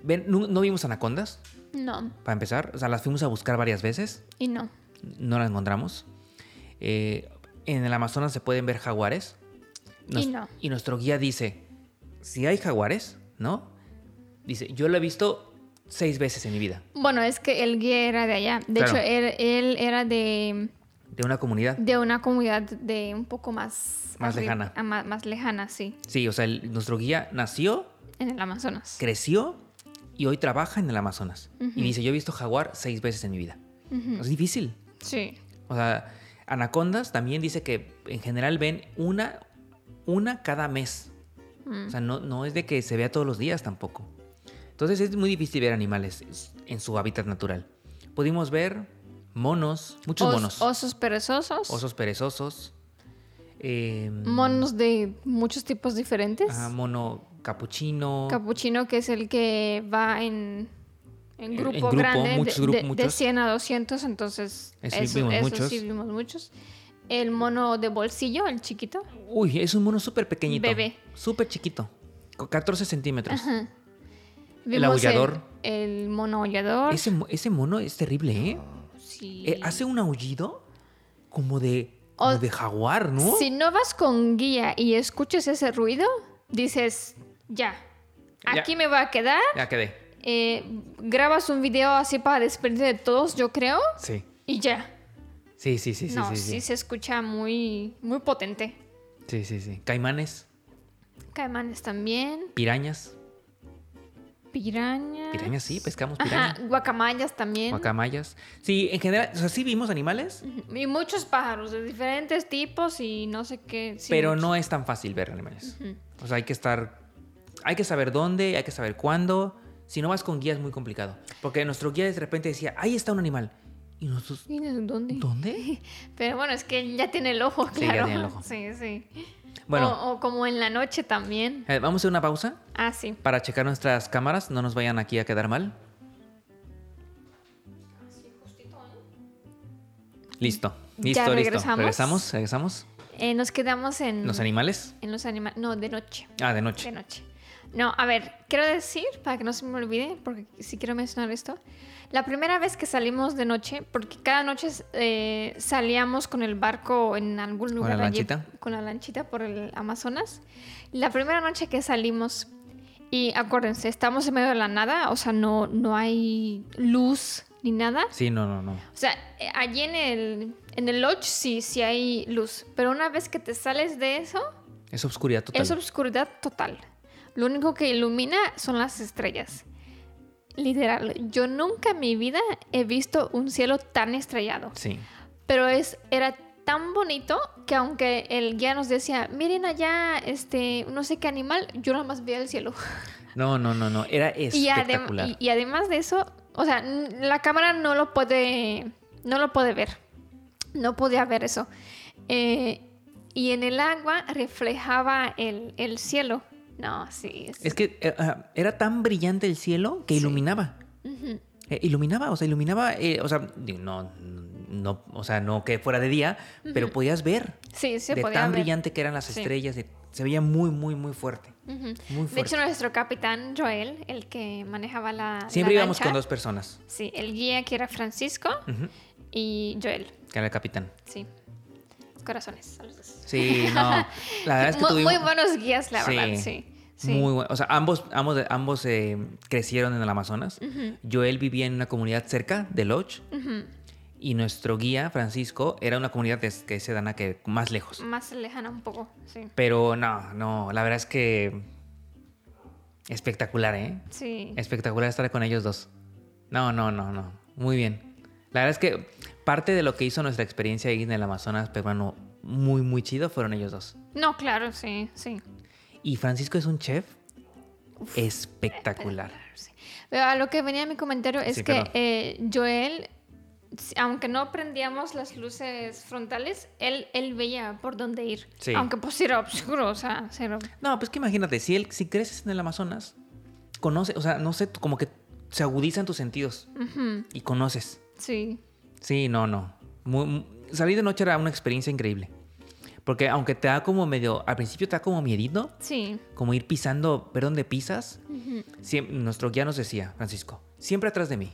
Speaker 2: Ven, no- no vimos anacondas,
Speaker 1: sí. No,
Speaker 2: para empezar. O sea, las fuimos a buscar varias veces,
Speaker 1: y no.
Speaker 2: no las encontramos. Eh, en el Amazonas se pueden ver jaguares.
Speaker 1: Y no.
Speaker 2: nuestro guía dice, si hay jaguares, ¿no? Dice, yo lo he visto seis veces en mi vida,
Speaker 1: Bueno, es que el guía era de allá. De
Speaker 2: Claro.
Speaker 1: hecho, él, él era de,
Speaker 2: de una comunidad.
Speaker 1: de una comunidad de un poco más...
Speaker 2: Más
Speaker 1: arri-
Speaker 2: lejana.
Speaker 1: ah, ma- Más, lejana, sí.
Speaker 2: Sí, o sea, el- nuestro guía nació,
Speaker 1: En el Amazonas.
Speaker 2: creció y hoy trabaja en el Amazonas. Y dice, yo he visto jaguar seis veces en mi vida.
Speaker 1: Mm.
Speaker 2: Es difícil.
Speaker 1: Sí.
Speaker 2: O sea, anacondas también dice que en general ven una, una cada mes.
Speaker 1: Mm.
Speaker 2: O sea, no, no es de que se vea todos los días tampoco. Entonces es muy difícil ver animales s- en su hábitat natural. Pudimos ver monos, muchos
Speaker 1: Os-
Speaker 2: monos,
Speaker 1: Osos perezosos.
Speaker 2: osos perezosos, eh,
Speaker 1: Monos de muchos tipos diferentes.
Speaker 2: ajá, mono capuchino.
Speaker 1: Capuchino, que es el que va en, en
Speaker 2: En-
Speaker 1: grupo,
Speaker 2: en grupo,
Speaker 1: grande, de-
Speaker 2: muchos
Speaker 1: de,
Speaker 2: grupos,
Speaker 1: de
Speaker 2: muchos.
Speaker 1: 100 a 200, entonces
Speaker 2: Eso
Speaker 1: eso,
Speaker 2: vimos
Speaker 1: eso
Speaker 2: muchos.
Speaker 1: sí vimos muchos. El mono de bolsillo, el chiquito.
Speaker 2: Uy, es un mono súper pequeñito.
Speaker 1: Bebé.
Speaker 2: Súper chiquito. Con 14 centímetros.
Speaker 1: Vimos
Speaker 2: aullador.
Speaker 1: El, el mono aullador.
Speaker 2: Ese, mo- ese mono es terrible, ¿eh?
Speaker 1: sí.
Speaker 2: Eh, Hace un aullido como de, como
Speaker 1: O-
Speaker 2: de jaguar, ¿no?
Speaker 1: Si no vas con guía y escuchas ese ruido, dices, ya,
Speaker 2: Ya.
Speaker 1: aquí me va a quedar.
Speaker 2: Ya quedé.
Speaker 1: Eh, grabas un video así para despedirte de todos, yo creo,
Speaker 2: Sí.
Speaker 1: y ya.
Speaker 2: Sí, sí, sí, sí.
Speaker 1: no,
Speaker 2: sí,
Speaker 1: sí,
Speaker 2: sí.
Speaker 1: se escucha muy, muy potente.
Speaker 2: Sí, sí, sí. Caimanes,
Speaker 1: Caimanes también,
Speaker 2: pirañas.
Speaker 1: pirañas.
Speaker 2: Pirañas, sí, pescamos
Speaker 1: Ajá,
Speaker 2: pirañas.
Speaker 1: guacamayas también.
Speaker 2: Guacamayas. Sí, en general, o sea, sí vimos animales,
Speaker 1: Y muchos pájaros de diferentes tipos y no sé qué. sí,
Speaker 2: pero
Speaker 1: muchos.
Speaker 2: no es tan fácil ver animales. O sea, hay que estar. Hay que saber dónde, hay que saber cuándo. Si no vas con guía es muy complicado. Porque nuestro guía de repente decía, ahí está un animal. Y nosotros,
Speaker 1: ¿Y no- ¿Dónde?
Speaker 2: ¿dónde?
Speaker 1: Pero bueno, es que él ya tiene el ojo,
Speaker 2: Sí, ya
Speaker 1: claro.
Speaker 2: tiene el ojo.
Speaker 1: Sí, sí.
Speaker 2: Bueno,
Speaker 1: O, o como en la noche también.
Speaker 2: eh, vamos a hacer una pausa
Speaker 1: Ah, sí.
Speaker 2: para checar nuestras cámaras. No nos vayan aquí a quedar mal. Listo, listo, listo.
Speaker 1: regresamos.
Speaker 2: Regresamos, regresamos.
Speaker 1: Eh, nos quedamos en
Speaker 2: Los animales.
Speaker 1: En los animales. No, de noche.
Speaker 2: Ah, de noche.
Speaker 1: De noche. No, a ver, quiero decir, para que no se me olvide, porque sí quiero mencionar esto. La primera vez que salimos de noche, porque cada noche eh, salíamos con el barco en algún lugar.
Speaker 2: la
Speaker 1: allí,
Speaker 2: lanchita?
Speaker 1: con la lanchita por el Amazonas. La primera noche que salimos, y acuérdense, estamos en medio de la nada, o sea, no, no hay luz ni nada.
Speaker 2: Sí, no, no, no.
Speaker 1: O sea, eh, allí en el, en el lodge sí, sí hay luz, pero una vez que te sales de eso,
Speaker 2: Es obscuridad total.
Speaker 1: es obscuridad total. Lo único que ilumina son las estrellas. Literal, yo nunca en mi vida he visto un cielo tan estrellado.
Speaker 2: Sí.
Speaker 1: Pero es, era tan bonito que aunque el guía nos decía, miren allá, este, no sé qué animal, yo nada más veía el cielo.
Speaker 2: No, no, no, no. Era
Speaker 1: Y, adem-
Speaker 2: espectacular.
Speaker 1: y- y además de eso, o sea, n- la cámara no lo puede, no lo puede ver. No podía ver eso. Eh, y en el agua reflejaba el, el cielo. No, sí. es-
Speaker 2: Es que eh, ajá, era tan brillante el cielo que
Speaker 1: Sí.
Speaker 2: iluminaba.
Speaker 1: Ujú.
Speaker 2: Eh, iluminaba, o sea, iluminaba, eh, o sea, digo, no, no, o sea, no que fuera de día, pero podías ver
Speaker 1: Sí, se
Speaker 2: de
Speaker 1: podía
Speaker 2: tan
Speaker 1: ver.
Speaker 2: brillante que eran las
Speaker 1: Sí.
Speaker 2: estrellas, de- se veía muy, muy, muy fuerte,
Speaker 1: Ujú.
Speaker 2: muy
Speaker 1: De hecho,
Speaker 2: fuerte.
Speaker 1: nuestro capitán, Joel, el que manejaba la.
Speaker 2: Siempre
Speaker 1: la
Speaker 2: íbamos
Speaker 1: lancha,
Speaker 2: con dos personas,
Speaker 1: Sí, el guía que era Francisco
Speaker 2: Ujú,
Speaker 1: y Joel.
Speaker 2: que era el capitán.
Speaker 1: Sí. Corazones. a los dos.
Speaker 2: Sí, no, la verdad es que
Speaker 1: Mu- muy,
Speaker 2: tuvimos
Speaker 1: buenos guías, la
Speaker 2: Sí.
Speaker 1: verdad, sí. sí.
Speaker 2: muy bueno, o sea, ambos, ambos, ambos eh, crecieron en el Amazonas. Joel vivía en una comunidad cerca de Lodge
Speaker 1: Ujú.
Speaker 2: y nuestro guía, Francisco, era una comunidad de- que se dan a que más lejos.
Speaker 1: Más lejana un poco, sí.
Speaker 2: Pero no, no, la verdad es que espectacular, ¿eh?
Speaker 1: Sí.
Speaker 2: Espectacular estar con ellos dos. No, no, no, no. Muy bien. La verdad es que parte de lo que hizo nuestra experiencia ahí en el Amazonas peruano muy, muy chido fueron ellos dos.
Speaker 1: No, claro, sí, sí.
Speaker 2: Y Francisco es un chef espectacular.
Speaker 1: Sí. Pero a lo que venía mi comentario es
Speaker 2: Sí,
Speaker 1: que
Speaker 2: perdón.
Speaker 1: eh, Joel, si- aunque no prendíamos las luces frontales, él, él veía por dónde ir.
Speaker 2: Sí.
Speaker 1: Aunque pues era oscuro, o sea, cero.
Speaker 2: No, pues que imagínate, si, él, si creces en el Amazonas, conoce, o sea, no sé, como que se agudizan tus sentidos
Speaker 1: Ujú,
Speaker 2: y conoces.
Speaker 1: Sí.
Speaker 2: Sí, no, no. Mu- mu- salir de noche era una experiencia increíble. Porque aunque te da como medio, al principio te da como miedito,
Speaker 1: Sí.
Speaker 2: como ir pisando, ver dónde pisas. Siem- nuestro guía nos decía, Francisco, siempre atrás de mí.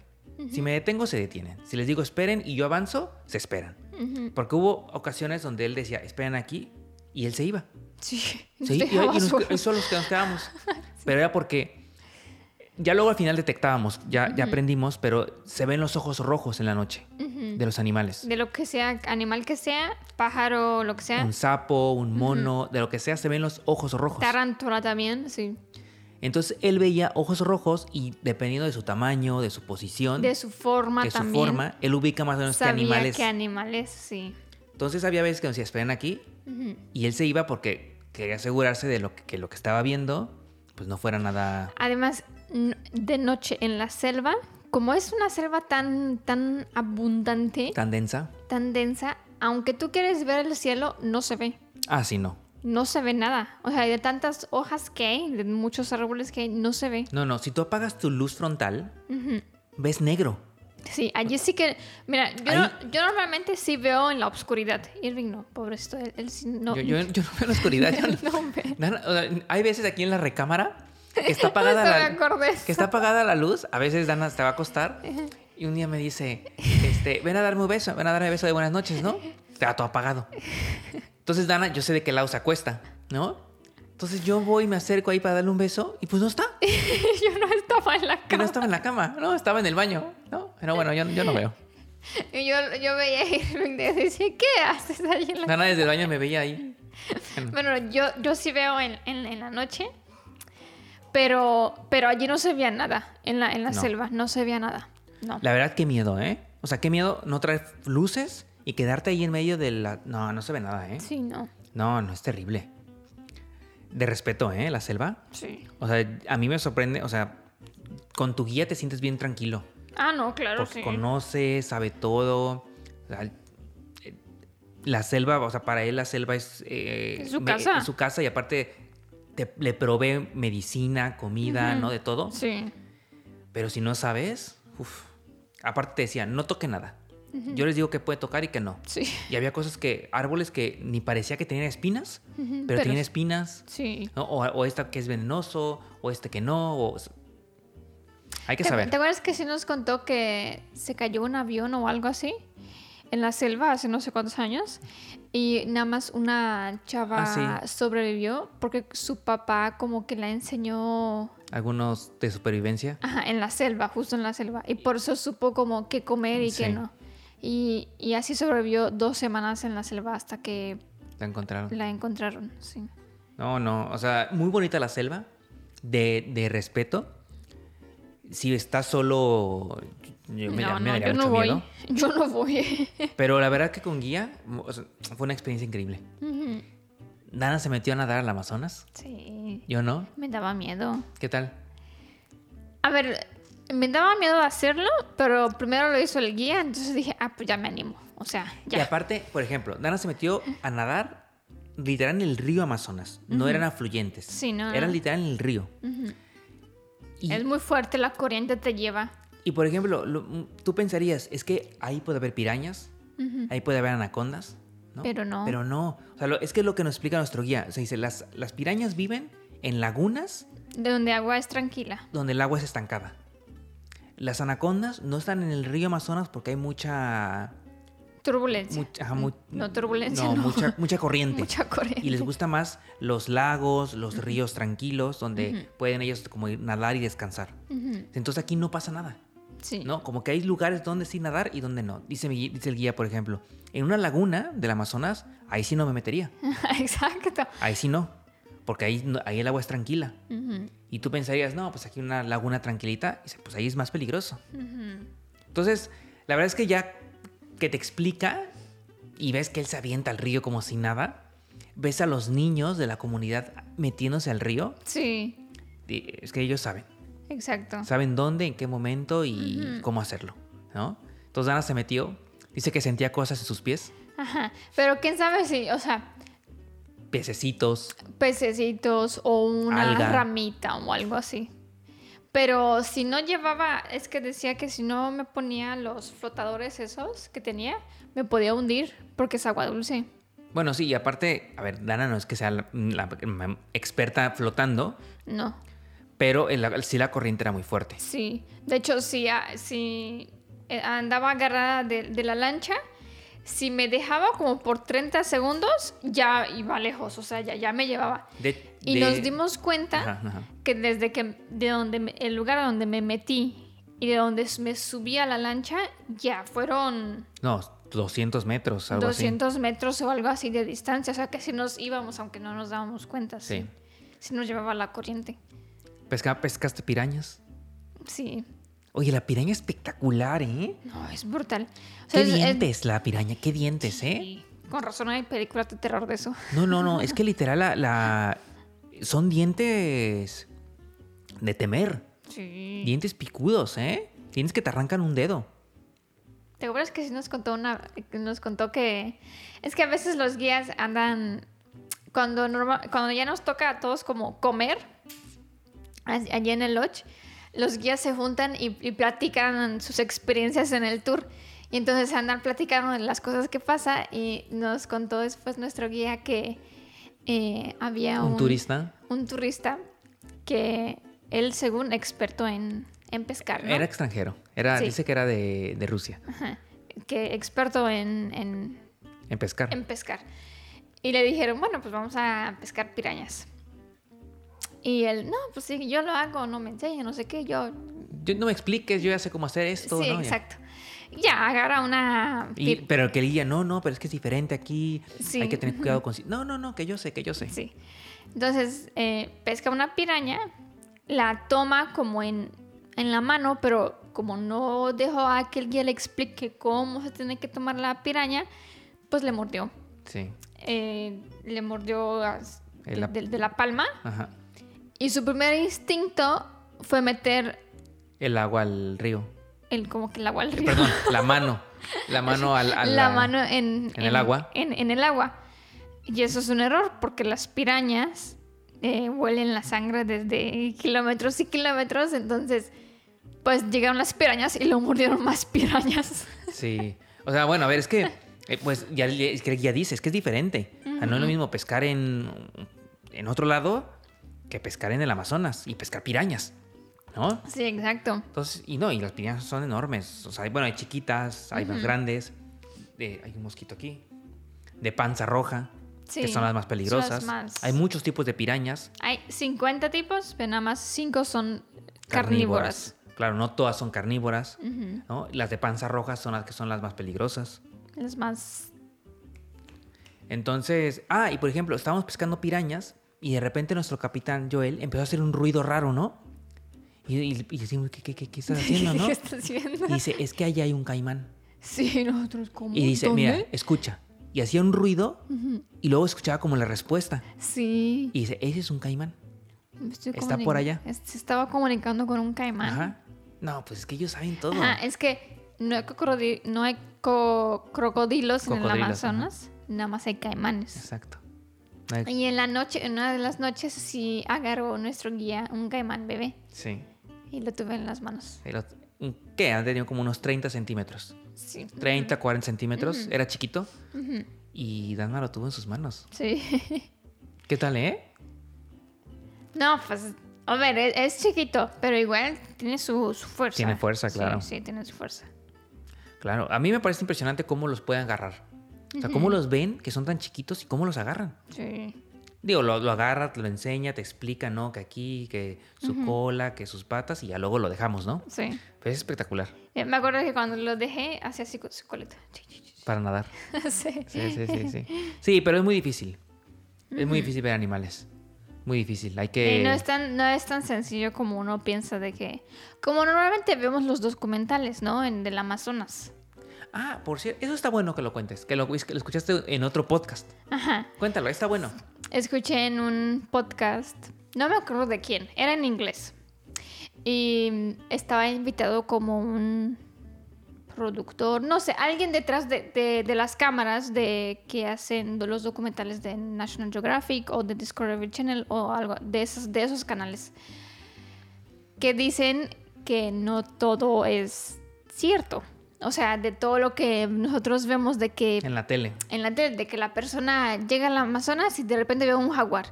Speaker 2: Si me detengo, se detienen. Si les digo esperen y yo avanzo, se esperan.
Speaker 1: Ujú.
Speaker 2: Porque hubo ocasiones donde él decía, esperen aquí, y él se iba.
Speaker 1: Sí.
Speaker 2: Sí, y,
Speaker 1: Nos
Speaker 2: y
Speaker 1: dejaba
Speaker 2: nos-
Speaker 1: solos.
Speaker 2: y solos que nos quedábamos. Pero era porque ya luego al final detectábamos, ya, ya aprendimos, pero se ven los ojos rojos en la noche
Speaker 1: Ujú.
Speaker 2: de los animales.
Speaker 1: De lo que sea, animal que sea, pájaro, lo que sea.
Speaker 2: Un sapo, un mono, de lo que sea, se ven los ojos rojos.
Speaker 1: Tarántula también, sí.
Speaker 2: Entonces él veía ojos rojos y dependiendo de su tamaño, de su posición,
Speaker 1: De su forma
Speaker 2: de su
Speaker 1: también.
Speaker 2: forma, él ubica más o menos qué
Speaker 1: sabía
Speaker 2: animales.
Speaker 1: qué animales, sí.
Speaker 2: Entonces había veces que nos decía, esperen aquí,
Speaker 1: Ujú.
Speaker 2: y él se iba porque quería asegurarse de lo que, que lo que estaba viendo, pues no fuera nada...
Speaker 1: Además, n- de noche en la selva, como es una selva tan, tan abundante,
Speaker 2: Tan densa.
Speaker 1: tan densa, aunque tú quieres ver el cielo, no se ve.
Speaker 2: Ah, sí, no.
Speaker 1: No se ve nada. O sea, de tantas hojas que hay, de muchos árboles que hay, no se ve.
Speaker 2: No, no, si tú apagas tu luz frontal, ves negro.
Speaker 1: Sí, allí sí que. Mira, yo,
Speaker 2: Ahí-
Speaker 1: no- yo normalmente sí veo en la oscuridad. Irving no, pobrecito. Él, él sí no.
Speaker 2: Yo, yo- yo no veo la oscuridad. yo no-
Speaker 1: él no ve.
Speaker 2: No, no, o sea, hay veces aquí en la recámara que está apagada
Speaker 1: Justo
Speaker 2: la
Speaker 1: me acordé.
Speaker 2: que está apagada la luz. A veces Dana se va a acostar y un día me dice, este, ven a darme un beso, ven a darme un beso de buenas noches, ¿no? Está todo apagado. Entonces Dana, yo sé de qué lado se acuesta, ¿no? Entonces yo voy, me acerco ahí para darle un beso y pues no está,
Speaker 1: yo no estaba en la
Speaker 2: que no
Speaker 1: cama.
Speaker 2: estaba en la cama, no, estaba en el baño, ¿no? Pero bueno, yo, yo no veo.
Speaker 1: Y yo, yo veía a Irving y decía, ¿qué haces allí en la
Speaker 2: Dana desde el baño me veía ahí.
Speaker 1: Bueno, yo, yo sí veo en, en- en la noche, pero, pero allí no se veía nada, en la, en la
Speaker 2: No.
Speaker 1: selva, no se veía nada. No.
Speaker 2: La verdad, qué miedo, ¿eh? O sea, qué miedo no traer luces y quedarte ahí en medio de la... No, no se ve nada, ¿eh?
Speaker 1: Sí, no.
Speaker 2: No, no es terrible. De respeto, ¿eh? La selva.
Speaker 1: Sí.
Speaker 2: O sea, a mí me sorprende, o sea, con tu guía te sientes bien tranquilo.
Speaker 1: Ah, no, claro,
Speaker 2: Porque
Speaker 1: sí.
Speaker 2: conoce, sabe todo. O sea, eh, la selva, o sea, para él la selva es... eh,
Speaker 1: Es su
Speaker 2: me-
Speaker 1: casa.
Speaker 2: es su casa y aparte te- le provee medicina, comida, ¿no? De todo.
Speaker 1: Sí.
Speaker 2: Pero si no sabes, uf. aparte te decía, no toque nada. Yo les digo que puede tocar y que no.
Speaker 1: Sí.
Speaker 2: Y había cosas que, árboles que ni parecía que tenían espinas, pero,
Speaker 1: pero
Speaker 2: tenían
Speaker 1: sí.
Speaker 2: espinas.
Speaker 1: Sí.
Speaker 2: ¿no? O, o esta que es venenoso, o este que no. o- Hay que
Speaker 1: ¿Te,
Speaker 2: saber.
Speaker 1: te acuerdas que sí nos contó que se cayó un avión o algo así en la selva hace no sé cuántos años? Y nada más una chava
Speaker 2: Ah,
Speaker 1: sobrevivió porque su papá como que la enseñó
Speaker 2: Algunos de supervivencia.
Speaker 1: Ajá, en la selva, justo en la selva. Y por eso supo como qué comer y qué
Speaker 2: Sí.
Speaker 1: no. Y, y así sobrevivió dos semanas en la selva hasta que
Speaker 2: La encontraron.
Speaker 1: la encontraron. Sí.
Speaker 2: No, no. O sea, muy bonita la selva. De, de respeto. Si estás solo, yo me,
Speaker 1: no,
Speaker 2: me
Speaker 1: no,
Speaker 2: daría
Speaker 1: yo no
Speaker 2: mucho
Speaker 1: voy.
Speaker 2: miedo.
Speaker 1: Yo no voy.
Speaker 2: Pero la verdad que con guía o sea, fue una experiencia increíble.
Speaker 1: Ujú.
Speaker 2: Dana se metió a nadar al Amazonas.
Speaker 1: sí.
Speaker 2: Yo no.
Speaker 1: Me daba miedo.
Speaker 2: ¿Qué tal?
Speaker 1: A ver, me daba miedo hacerlo, pero primero lo hizo el guía, entonces dije, ah, pues ya me animo. O sea,
Speaker 2: Y
Speaker 1: ya.
Speaker 2: aparte, por ejemplo, Dana se metió a nadar literal en el río Amazonas. No eran afluentes.
Speaker 1: Sí, no, no.
Speaker 2: Eran literal en el río. y,
Speaker 1: Es muy fuerte, la corriente te lleva.
Speaker 2: y, por ejemplo, lo- mm, tú pensarías, es que ahí puede haber pirañas, ahí puede haber anacondas. ¿no?
Speaker 1: Pero no.
Speaker 2: Pero no. O sea, lo- es que es lo que nos explica nuestro guía. O sea, dice, las, las pirañas viven en lagunas
Speaker 1: De donde agua es tranquila.
Speaker 2: donde el agua es estancada. Las anacondas no están en el río Amazonas porque hay mucha...
Speaker 1: Turbulencia.
Speaker 2: mucha- ajá, mu-
Speaker 1: No, turbulencia
Speaker 2: no,
Speaker 1: no.
Speaker 2: Mucha, mucha corriente.
Speaker 1: Mucha corriente.
Speaker 2: Y les gusta más los lagos, los ríos tranquilos, donde pueden ellos como ir nadar y descansar.
Speaker 1: Ujú.
Speaker 2: Entonces aquí no pasa nada,
Speaker 1: Sí.
Speaker 2: ¿no? Como que hay lugares donde sí nadar y donde no. Dice, mi, gui- dice el guía, por ejemplo, en una laguna del Amazonas, ahí sí no me metería,
Speaker 1: Exacto.
Speaker 2: ahí sí no, porque ahí, no- ahí el agua es tranquila. Y tú pensarías, no, pues aquí una laguna tranquilita, dice, pues ahí es más peligroso. Entonces, la verdad es que ya que te explica y ves que él se avienta al río como si nada, ves a los niños de la comunidad metiéndose al río,
Speaker 1: Sí,
Speaker 2: y es que ellos saben,
Speaker 1: exacto.
Speaker 2: saben dónde, en qué momento y cómo hacerlo, ¿no? Entonces Dana se metió, dice que sentía cosas en sus pies,
Speaker 1: Ajá. Pero quién sabe si, o sea,
Speaker 2: pececitos,
Speaker 1: pececitos o una
Speaker 2: Alga.
Speaker 1: ramita o algo así. Pero si no llevaba, es que decía que si no me ponía los flotadores esos que tenía, me podía hundir porque es agua dulce.
Speaker 2: bueno, sí, y aparte, a ver, Dana no es que sea la, la- la experta flotando,
Speaker 1: No,
Speaker 2: pero el- el- sí la corriente era muy fuerte.
Speaker 1: sí. De hecho, si, a- si eh, andaba agarrada de, de la lancha, si me dejaba como por 30 segundos, ya iba lejos, o sea, ya, ya me llevaba.
Speaker 2: De-
Speaker 1: Y
Speaker 2: de-
Speaker 1: nos dimos cuenta
Speaker 2: Ajá, ajá.
Speaker 1: que desde que de donde me- el lugar a donde me metí y de donde s- me subí a la lancha ya fueron
Speaker 2: No, 200 metros, algo así.
Speaker 1: 200 metros o algo así de distancia, o sea que si nos íbamos aunque no nos dábamos cuenta, sí. Si nos llevaba la corriente.
Speaker 2: Pesca- pescaste pirañas.
Speaker 1: Sí.
Speaker 2: Oye, la piraña espectacular, ¿eh?
Speaker 1: No, es brutal. O sea,
Speaker 2: Qué
Speaker 1: es- es-
Speaker 2: dientes, la piraña, qué dientes, ¿eh?
Speaker 1: sí. Con razón hay películas de terror de eso.
Speaker 2: No, no, no, es que literal la, la- son dientes de temer,
Speaker 1: Sí.
Speaker 2: dientes picudos, ¿eh? Dientes que te arrancan un dedo.
Speaker 1: ¿Te acuerdas que sí nos contó una que nos contó que es que a veces los guías andan cuando, norma- cuando ya nos toca a todos como comer, a- allí en el lodge, los guías se juntan y, y platican sus experiencias en el tour. Y entonces andan platicando de las cosas que pasa y nos contó después nuestro guía que eh, había
Speaker 2: Un turista.
Speaker 1: un turista que él, según experto en, en pescar, ¿no?
Speaker 2: Era extranjero. Era,
Speaker 1: Sí.
Speaker 2: Dice que era de, de Rusia.
Speaker 1: Ajá. que experto en- en
Speaker 2: En pescar.
Speaker 1: en pescar. Y le dijeron, bueno, pues vamos a pescar pirañas. Y él, no, pues sí, yo lo hago, no me enseña, no sé qué, yo...
Speaker 2: Yo- no me expliques, yo ya sé cómo hacer esto.
Speaker 1: sí,
Speaker 2: ¿no? Ya.
Speaker 1: exacto. Ya, agarra una...
Speaker 2: Y-
Speaker 1: pir-
Speaker 2: pero que el guía, no, no, pero es que es diferente aquí.
Speaker 1: Sí.
Speaker 2: Hay que tener cuidado con... si-". No, no, no, que yo sé, que yo sé.
Speaker 1: Sí. Entonces, eh, pesca una piraña, la toma como en, en la mano, pero como no dejó a que el guía le explique cómo se tiene que tomar la piraña, pues le mordió.
Speaker 2: Sí.
Speaker 1: Eh, le mordió a-
Speaker 2: El ap-
Speaker 1: de- de la palma
Speaker 2: Ajá.
Speaker 1: Y su primer instinto fue meter
Speaker 2: El agua al río.
Speaker 1: el como que el agua al río.
Speaker 2: Perdón, la mano. La mano al, a
Speaker 1: la mano en,
Speaker 2: en el agua.
Speaker 1: En, en el agua. Y eso es un error porque las pirañas eh, huelen la sangre desde kilómetros y kilómetros. Entonces, pues llegaron las pirañas y lo murieron más pirañas.
Speaker 2: Sí. O sea, bueno, a ver, es que... eh, pues ya, es que ya dice, es que es diferente. O sea, no es lo mismo pescar en, en otro lado que pescar en el Amazonas y pescar pirañas. ¿No?
Speaker 1: Sí, exacto.
Speaker 2: Entonces, y no, y las pirañas son enormes. O sea, hay- bueno, hay chiquitas, hay más grandes. Eh, hay un mosquito aquí. De panza roja,
Speaker 1: Sí,
Speaker 2: que son las
Speaker 1: son
Speaker 2: más
Speaker 1: las
Speaker 2: peligrosas.
Speaker 1: más-
Speaker 2: Hay muchos tipos de pirañas.
Speaker 1: Hay 50 tipos, pero nada más 5 son carnívoras.
Speaker 2: Carnívoras. Claro, no todas son carnívoras.
Speaker 1: Ujú.
Speaker 2: ¿no? Las de panza roja son las que son las más peligrosas.
Speaker 1: Las más...
Speaker 2: Entonces, ah, y por ejemplo, estábamos pescando pirañas y de repente nuestro capitán Joel empezó a hacer un ruido raro, ¿no? Y, y, y decimos, ¿qué, qué, qué, qué estás haciendo, no?
Speaker 1: ¿Qué estás viendo?
Speaker 2: Y dice, es que allá hay un caimán.
Speaker 1: Sí, nosotros como...
Speaker 2: Y dice, mira,
Speaker 1: ¿dónde?
Speaker 2: escucha. Y hacía un ruido
Speaker 1: ¿eh? Ujú.
Speaker 2: y luego escuchaba como la respuesta.
Speaker 1: Sí.
Speaker 2: Y dice, ese es un caimán.
Speaker 1: Me estoy
Speaker 2: Está
Speaker 1: comuni-
Speaker 2: por allá.
Speaker 1: es- Se estaba comunicando con un caimán. Ajá.
Speaker 2: Ajá. No, pues es que ellos saben todo.
Speaker 1: es que no hay, crocodi- no hay co- crocodilos en el
Speaker 2: Cocodrilos, ajá.
Speaker 1: Amazonas, nada más hay caimanes.
Speaker 2: Exacto. No hay-
Speaker 1: Y en la noche, en una de las noches, sí agarró nuestro guía un caimán bebé
Speaker 2: Sí.
Speaker 1: y lo tuve en las manos.
Speaker 2: El ot- un- ¿Qué? Han tenido como unos 30 centímetros.
Speaker 1: Sí.
Speaker 2: 30, 40 centímetros.
Speaker 1: Ujú.
Speaker 2: Era chiquito.
Speaker 1: Ujú.
Speaker 2: Y Danma lo tuvo en sus manos.
Speaker 1: Sí.
Speaker 2: ¿Qué tal, eh?
Speaker 1: no, pues, a ver, es, es chiquito, pero igual tiene su, su fuerza.
Speaker 2: Tiene fuerza,
Speaker 1: Sí,
Speaker 2: claro.
Speaker 1: Sí, tiene su fuerza.
Speaker 2: Claro. A mí me parece impresionante cómo los pueden agarrar. O sea, cómo los ven que son tan chiquitos y cómo los agarran.
Speaker 1: Sí.
Speaker 2: Digo, lo, lo agarra, te lo enseña, te explica, ¿no? Que aquí, que su cola, que sus patas y ya luego lo dejamos, ¿no?
Speaker 1: Sí.
Speaker 2: Pues es espectacular
Speaker 1: Eh, Me acuerdo que cuando lo dejé, hacía así con su coleta.
Speaker 2: para nadar.
Speaker 1: Sí.
Speaker 2: Sí, sí, sí, sí. Sí, pero es muy difícil. Es muy difícil ver animales. Muy difícil. Hay que...
Speaker 1: Y no es, tan, no es tan sencillo como uno piensa de que... Como normalmente vemos los documentales, ¿no? En del Amazonas.
Speaker 2: Ah, por cierto, eso está bueno que lo cuentes, que lo, es que lo escuchaste en otro podcast.
Speaker 1: Ajá.
Speaker 2: Cuéntalo, está bueno.
Speaker 1: Escuché en un podcast, no me acuerdo de quién, era en inglés. Y estaba invitado como un productor, no sé, alguien detrás de, de- de las cámaras de que hacen los documentales de National Geographic o de Discovery Channel o algo de esos, de esos canales. que dicen que no todo es cierto. O sea, de todo lo que nosotros vemos de que
Speaker 2: En la tele.
Speaker 1: en la tele, de que la persona llega al Amazonas y de repente ve un jaguar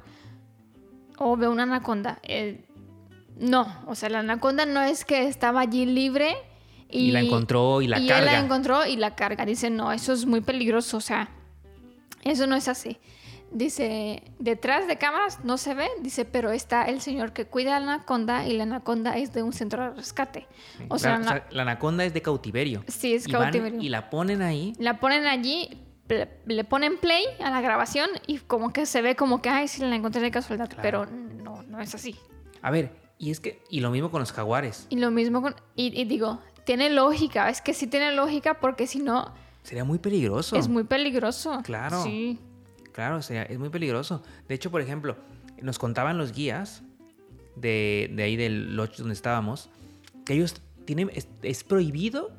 Speaker 1: o ve una anaconda. Eh, no, o sea, la anaconda no es que estaba allí libre y,
Speaker 2: Y, la encontró y la
Speaker 1: y él
Speaker 2: carga.
Speaker 1: la encontró y la carga. Dice, no, eso es muy peligroso, o sea, eso no es así. Dice, detrás de cámaras no se ve, dice, pero está el señor que cuida a la anaconda y la anaconda es de un centro de rescate.
Speaker 2: Sí,
Speaker 1: O sea,
Speaker 2: claro,
Speaker 1: la-
Speaker 2: la anaconda es de cautiverio.
Speaker 1: Sí, es
Speaker 2: Y van
Speaker 1: cautiverio.
Speaker 2: y la ponen ahí.
Speaker 1: La ponen allí, pl- le ponen play a la grabación y como que se ve como que, ay, sí, la encontré de casualidad,
Speaker 2: Claro.
Speaker 1: pero no, no es así.
Speaker 2: A ver, y es que, y lo mismo con los jaguares.
Speaker 1: Y lo mismo con, y, y digo, tiene lógica, es que sí tiene lógica porque si no,
Speaker 2: Sería muy peligroso.
Speaker 1: es muy peligroso.
Speaker 2: Claro.
Speaker 1: Sí.
Speaker 2: Claro, sería, es muy peligroso. De hecho, por ejemplo, nos contaban los guías de, de ahí del lodge donde estábamos que ellos tienen, es, es prohibido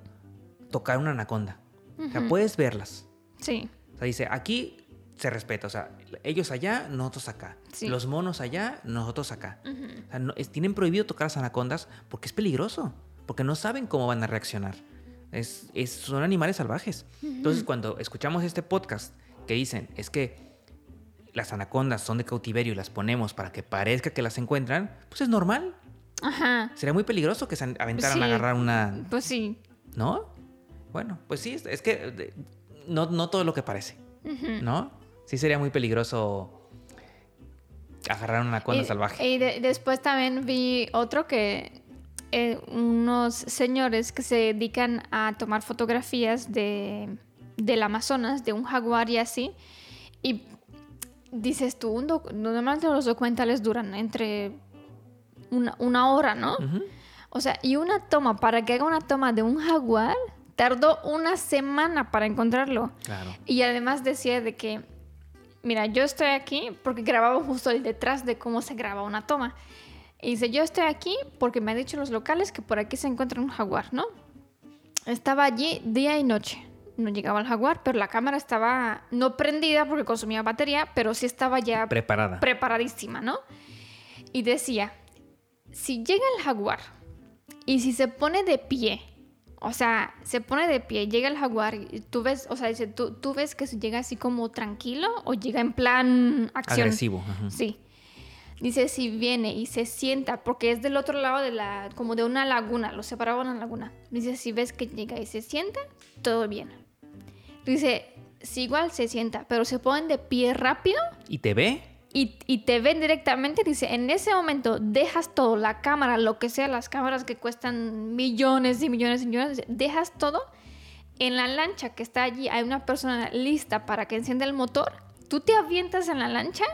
Speaker 2: tocar una anaconda. O sea, puedes verlas.
Speaker 1: Sí.
Speaker 2: O sea, dice, aquí se respeta. O sea, ellos allá, nosotros acá.
Speaker 1: Sí.
Speaker 2: Los monos allá, nosotros acá.
Speaker 1: Ujú.
Speaker 2: O sea, no- es- tienen prohibido tocar las anacondas porque es peligroso, porque no saben cómo van a reaccionar. Es, es- son animales salvajes. Entonces, cuando escuchamos este podcast que dicen, es que las anacondas son de cautiverio y las ponemos para que parezca que las encuentran, pues es normal.
Speaker 1: Ajá.
Speaker 2: Sería muy peligroso que se an- aventaran
Speaker 1: Sí.
Speaker 2: a agarrar una...
Speaker 1: Pues sí.
Speaker 2: ¿No? Bueno, pues sí, es- es que de- no, no todo lo que parece,
Speaker 1: Ujú.
Speaker 2: ¿no? Sí sería muy peligroso agarrar una anaconda
Speaker 1: y,
Speaker 2: salvaje.
Speaker 1: y de- después también vi otro que eh, unos señores que se dedican a tomar fotografías de del Amazonas, de un jaguar y así. Y dices tú, un doc- normalmente los documentales duran entre una, una hora, ¿no?
Speaker 2: Ujú.
Speaker 1: O sea, y una toma, para que haga una toma de un jaguar, tardó una semana para encontrarlo.
Speaker 2: Claro.
Speaker 1: Y además decía de que, mira, yo estoy aquí porque grababa justo el detrás de cómo se graba una toma. Y dice, yo estoy aquí porque me han dicho los locales que por aquí se encuentra un jaguar, ¿no? Estaba allí día y noche. No llegaba el jaguar, pero la cámara estaba no prendida porque consumía batería, pero sí estaba ya
Speaker 2: Preparada.
Speaker 1: preparadísima, ¿no? Y decía, si llega el jaguar y si se pone de pie, o sea, se pone de pie, llega el jaguar y tú ves, o sea, dice, tú, tú ves que llega así como tranquilo o llega en plan acción.
Speaker 2: Agresivo. ajá.
Speaker 1: Sí. Dice, si viene y se sienta, porque es del otro lado de la, como de una laguna, lo separaba una laguna. Dice, si ves que llega y se sienta, todo bien. Dice, si igual se sienta, pero se ponen de pie rápido,
Speaker 2: ¿Y te ve?
Speaker 1: y, y te ven directamente, dice, en ese momento dejas todo, la cámara, lo que sea, las cámaras que cuestan millones y millones y millones, dice, dejas todo. En la lancha que está allí hay una persona lista para que encienda el motor, tú te avientas en la lancha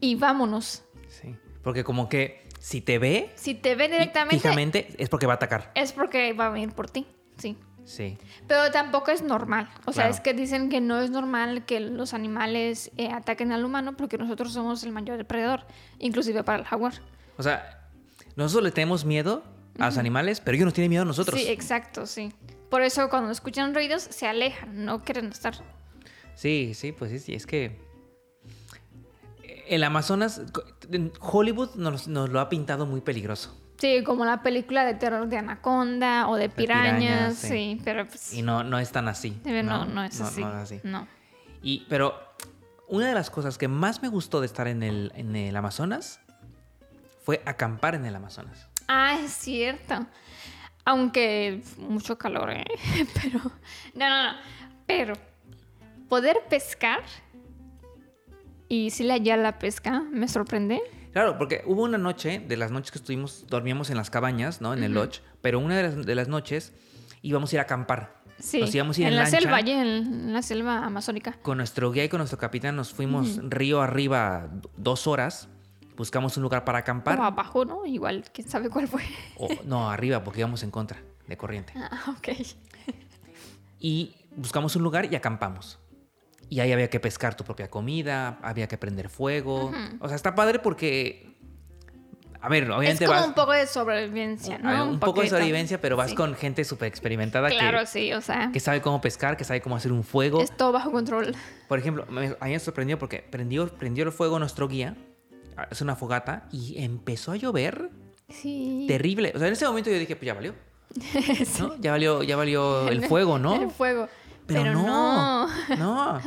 Speaker 1: y vámonos.
Speaker 2: Sí. Porque como que si te ve
Speaker 1: Si te ven
Speaker 2: y-
Speaker 1: directamente
Speaker 2: fijamente es porque va a atacar.
Speaker 1: es porque va a venir por ti, sí.
Speaker 2: Sí.
Speaker 1: Pero tampoco es normal. O sea,
Speaker 2: Claro.
Speaker 1: es que dicen que no es normal que los animales eh, ataquen al humano porque nosotros somos el mayor depredador, inclusive para el jaguar.
Speaker 2: O sea, nosotros le tenemos miedo a los animales, pero ellos nos tienen miedo a nosotros.
Speaker 1: Sí, exacto, sí. Por eso cuando escuchan ruidos se alejan, no quieren estar.
Speaker 2: Sí, sí, pues sí, sí, es que el Amazonas, Hollywood nos, nos lo ha pintado muy peligroso.
Speaker 1: Sí, como la película de terror de Anaconda o de Pirañas,
Speaker 2: pirañas, sí.
Speaker 1: sí. pero pues
Speaker 2: Y no, no es tan así.
Speaker 1: de ver, no, no, es así.
Speaker 2: No, es así.
Speaker 1: No.
Speaker 2: Y, pero una de las cosas que más me gustó de estar en el, en el Amazonas fue acampar en el Amazonas.
Speaker 1: Ah, es cierto. Aunque mucho calor, ¿eh? Pero no, no, no. Pero poder pescar y si la ya la pesca me sorprende.
Speaker 2: Claro, porque hubo una noche, de las noches que estuvimos, dormíamos en las cabañas, ¿no? En el lodge, pero una de las, de las noches íbamos a ir a acampar.
Speaker 1: Sí.
Speaker 2: Nos íbamos a ir en,
Speaker 1: la
Speaker 2: lancha.
Speaker 1: selva, allí en la selva amazónica.
Speaker 2: Con nuestro guía y con nuestro capitán nos fuimos río arriba do- dos horas, buscamos un lugar para acampar.
Speaker 1: O abajo, ¿no? Igual, quién sabe cuál fue.
Speaker 2: O- no, arriba, porque íbamos en contra de corriente.
Speaker 1: Ah, ok.
Speaker 2: Y buscamos un lugar y acampamos. Y ahí había que pescar tu propia comida, había que prender fuego. O sea, está padre porque. A ver,
Speaker 1: Es
Speaker 2: obviamente
Speaker 1: como
Speaker 2: vas.
Speaker 1: un poco de sobrevivencia,
Speaker 2: a ver,
Speaker 1: ¿no?
Speaker 2: un poco de
Speaker 1: poquito.
Speaker 2: sobrevivencia, pero vas
Speaker 1: Sí.
Speaker 2: con gente súper experimentada
Speaker 1: Claro,
Speaker 2: que,
Speaker 1: sí, o sea,
Speaker 2: que sabe cómo pescar, que sabe cómo hacer un fuego.
Speaker 1: es todo bajo control.
Speaker 2: Por ejemplo, me- a mí me sorprendió porque prendió, prendió el fuego nuestro guía. Ah, Es una fogata y empezó a llover
Speaker 1: Sí.
Speaker 2: terrible. O sea, en ese momento yo dije, pues ya valió,
Speaker 1: Sí,
Speaker 2: ¿no? Ya valió, ya valió el fuego, ¿no?
Speaker 1: El fuego.
Speaker 2: Pero, no, no.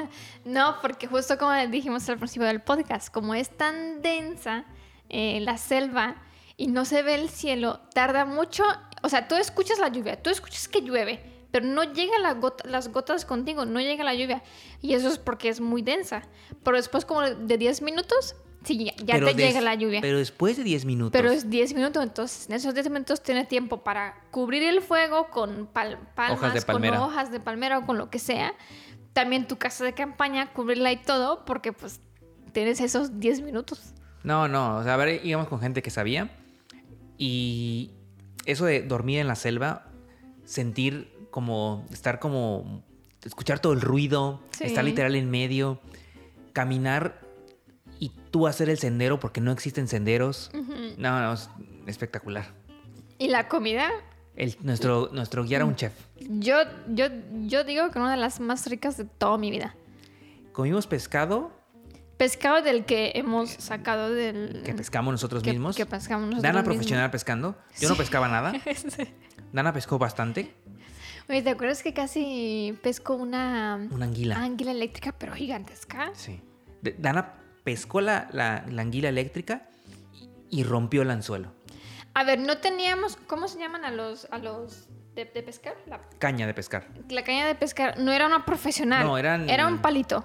Speaker 1: No, porque justo como dijimos al principio del podcast, como es tan densa eh, la selva y no se ve el cielo, tarda mucho. O sea, tú escuchas la lluvia, tú escuchas que llueve, pero no llega la gota- las gotas contigo, no llega la lluvia. Y eso es porque es muy densa. Pero después, como de 10 minutos, sí, ya, ya
Speaker 2: Pero
Speaker 1: te
Speaker 2: des-
Speaker 1: llega la lluvia. Pero,
Speaker 2: Pero después de 10 minutos.
Speaker 1: es 10 minutos, entonces en esos 10 minutos tiene tiempo para cubrir el fuego con pal- palmas,
Speaker 2: Hojas de
Speaker 1: con
Speaker 2: palmera.
Speaker 1: hojas de palmera o con lo que sea también tu casa de campaña, cubrirla y todo, porque pues tienes esos 10 minutos.
Speaker 2: No, no. O sea, a ver, íbamos con gente que sabía. Y eso de dormir en la selva, sentir como. estar como. escuchar todo el ruido,
Speaker 1: Sí.
Speaker 2: estar literal en medio, caminar y tú hacer el sendero porque no existen senderos. No, no, es espectacular.
Speaker 1: Y la comida,
Speaker 2: El- nuestro, nuestro guía era un chef.
Speaker 1: yo, yo, yo digo que una de las más ricas de toda mi vida.
Speaker 2: Comimos pescado
Speaker 1: pescado del que hemos sacado del...
Speaker 2: Eh, que pescamos nosotros
Speaker 1: que-
Speaker 2: mismos.
Speaker 1: que pescamos nosotros
Speaker 2: Dana
Speaker 1: mismos.
Speaker 2: profesional pescando. Yo no
Speaker 1: Sí.
Speaker 2: pescaba nada. Dana pescó bastante.
Speaker 1: Oye, ¿te acuerdas que casi pescó una...
Speaker 2: Una anguila.
Speaker 1: Anguila eléctrica, pero gigantesca.
Speaker 2: Sí. De- Dana pescó la, la- la anguila eléctrica y, y rompió el anzuelo.
Speaker 1: A ver, no teníamos. ¿Cómo se llaman a los, a los de, de pescar? La,
Speaker 2: Caña de pescar.
Speaker 1: la caña de pescar no era una profesional.
Speaker 2: No, eran-
Speaker 1: Era un palito.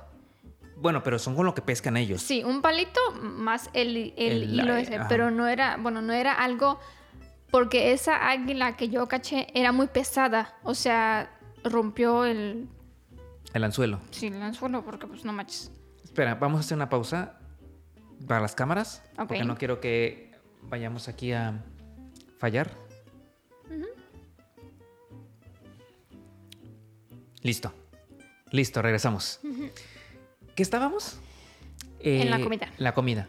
Speaker 2: Bueno, pero son con lo que pescan ellos.
Speaker 1: Sí, un palito más el, el,
Speaker 2: El-
Speaker 1: hilo
Speaker 2: eh,
Speaker 1: ese.
Speaker 2: ajá.
Speaker 1: Pero no era. Bueno, no era algo. Porque esa águila que yo caché era muy pesada. O sea, rompió el.
Speaker 2: El anzuelo.
Speaker 1: Sí, el anzuelo, porque pues no manches.
Speaker 2: Espera, vamos a hacer una pausa para las cámaras.
Speaker 1: Ok.
Speaker 2: Porque no quiero que vayamos aquí a fallar. Listo. Listo, regresamos. ¿Qué estábamos?
Speaker 1: En la
Speaker 2: Eh,
Speaker 1: comida.
Speaker 2: La comida.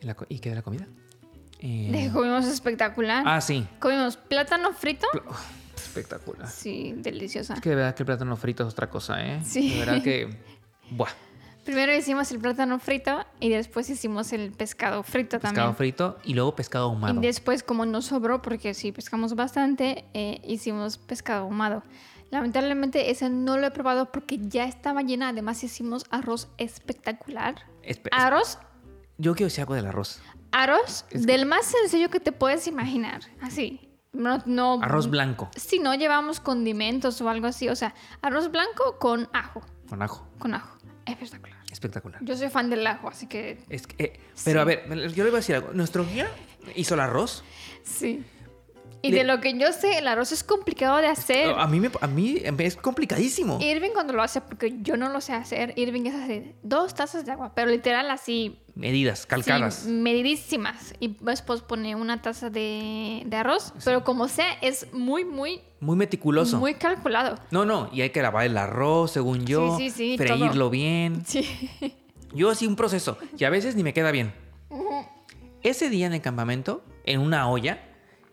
Speaker 2: En la co- ¿Y qué de la comida? Eh,
Speaker 1: De que comimos espectacular.
Speaker 2: ah, sí.
Speaker 1: Comimos plátano frito.
Speaker 2: Espectacular.
Speaker 1: Sí, deliciosa.
Speaker 2: Es que de verdad que el plátano frito es otra cosa, ¿eh?
Speaker 1: Sí.
Speaker 2: De verdad que... Buah.
Speaker 1: Primero hicimos el plátano frito y después hicimos el pescado frito
Speaker 2: Pescado
Speaker 1: también.
Speaker 2: frito y luego pescado ahumado.
Speaker 1: Y después, como nos sobró, porque sí pescamos bastante, eh, hicimos pescado ahumado. Lamentablemente, ese no lo he probado porque ya estaba llena. Además, hicimos arroz espectacular.
Speaker 2: Espe-
Speaker 1: Arroz,
Speaker 2: Yo quiero decir algo del arroz.
Speaker 1: arroz
Speaker 2: Es que-
Speaker 1: del más sencillo que te puedes imaginar. Así. No, no,
Speaker 2: Arroz blanco
Speaker 1: Si no llevamos condimentos o algo así. O sea, arroz blanco con ajo.
Speaker 2: con ajo.
Speaker 1: Con ajo. Espectacular.
Speaker 2: Espectacular.
Speaker 1: Yo soy fan del ajo, así que
Speaker 2: Es que, eh, pero
Speaker 1: Sí.
Speaker 2: a ver, yo le voy a decir algo. Nuestro guía hizo el arroz.
Speaker 1: Sí. Y
Speaker 2: Le-
Speaker 1: de lo que yo sé, el arroz es complicado de hacer.
Speaker 2: A mí, me, a mí es complicadísimo.
Speaker 1: Irving cuando lo hace, porque yo no lo sé hacer, Irving es así, dos tazas de agua, pero literal así,
Speaker 2: Medidas calcadas.
Speaker 1: sí, medidísimas. Y después pone una taza de, de arroz, pero como sea, es muy, muy,
Speaker 2: Muy meticuloso.
Speaker 1: Mm. muy calculado.
Speaker 2: No, no, y hay que lavar el arroz, según yo.
Speaker 1: Sí, sí, sí,
Speaker 2: freírlo
Speaker 1: todo.
Speaker 2: bien.
Speaker 1: Sí.
Speaker 2: Yo sí un proceso. Y a veces ni me queda bien. Ese día en el campamento, en una olla,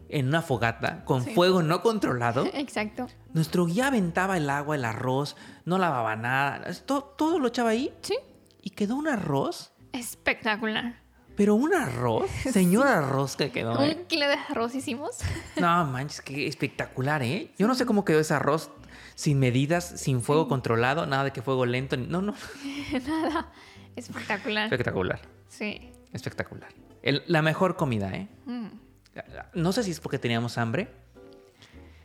Speaker 2: en una fogata, con
Speaker 1: Sí.
Speaker 2: fuego no controlado,
Speaker 1: Exacto.
Speaker 2: nuestro guía aventaba el agua, el arroz, no lavaba nada. Todo, todo lo echaba ahí
Speaker 1: Sí.
Speaker 2: y quedó un arroz
Speaker 1: Espectacular.
Speaker 2: Pero un arroz, señor arroz que quedó. ¿eh?
Speaker 1: Un kilo de arroz hicimos.
Speaker 2: No manches, qué espectacular, ¿eh? Yo no sé cómo quedó ese arroz sin medidas, sin fuego controlado, nada de que fuego lento. ni- No, no.
Speaker 1: Ah. Espectacular.
Speaker 2: Espectacular,
Speaker 1: Sí.
Speaker 2: espectacular. El- la mejor comida, ¿eh?
Speaker 1: Mm.
Speaker 2: No sé si es porque teníamos hambre,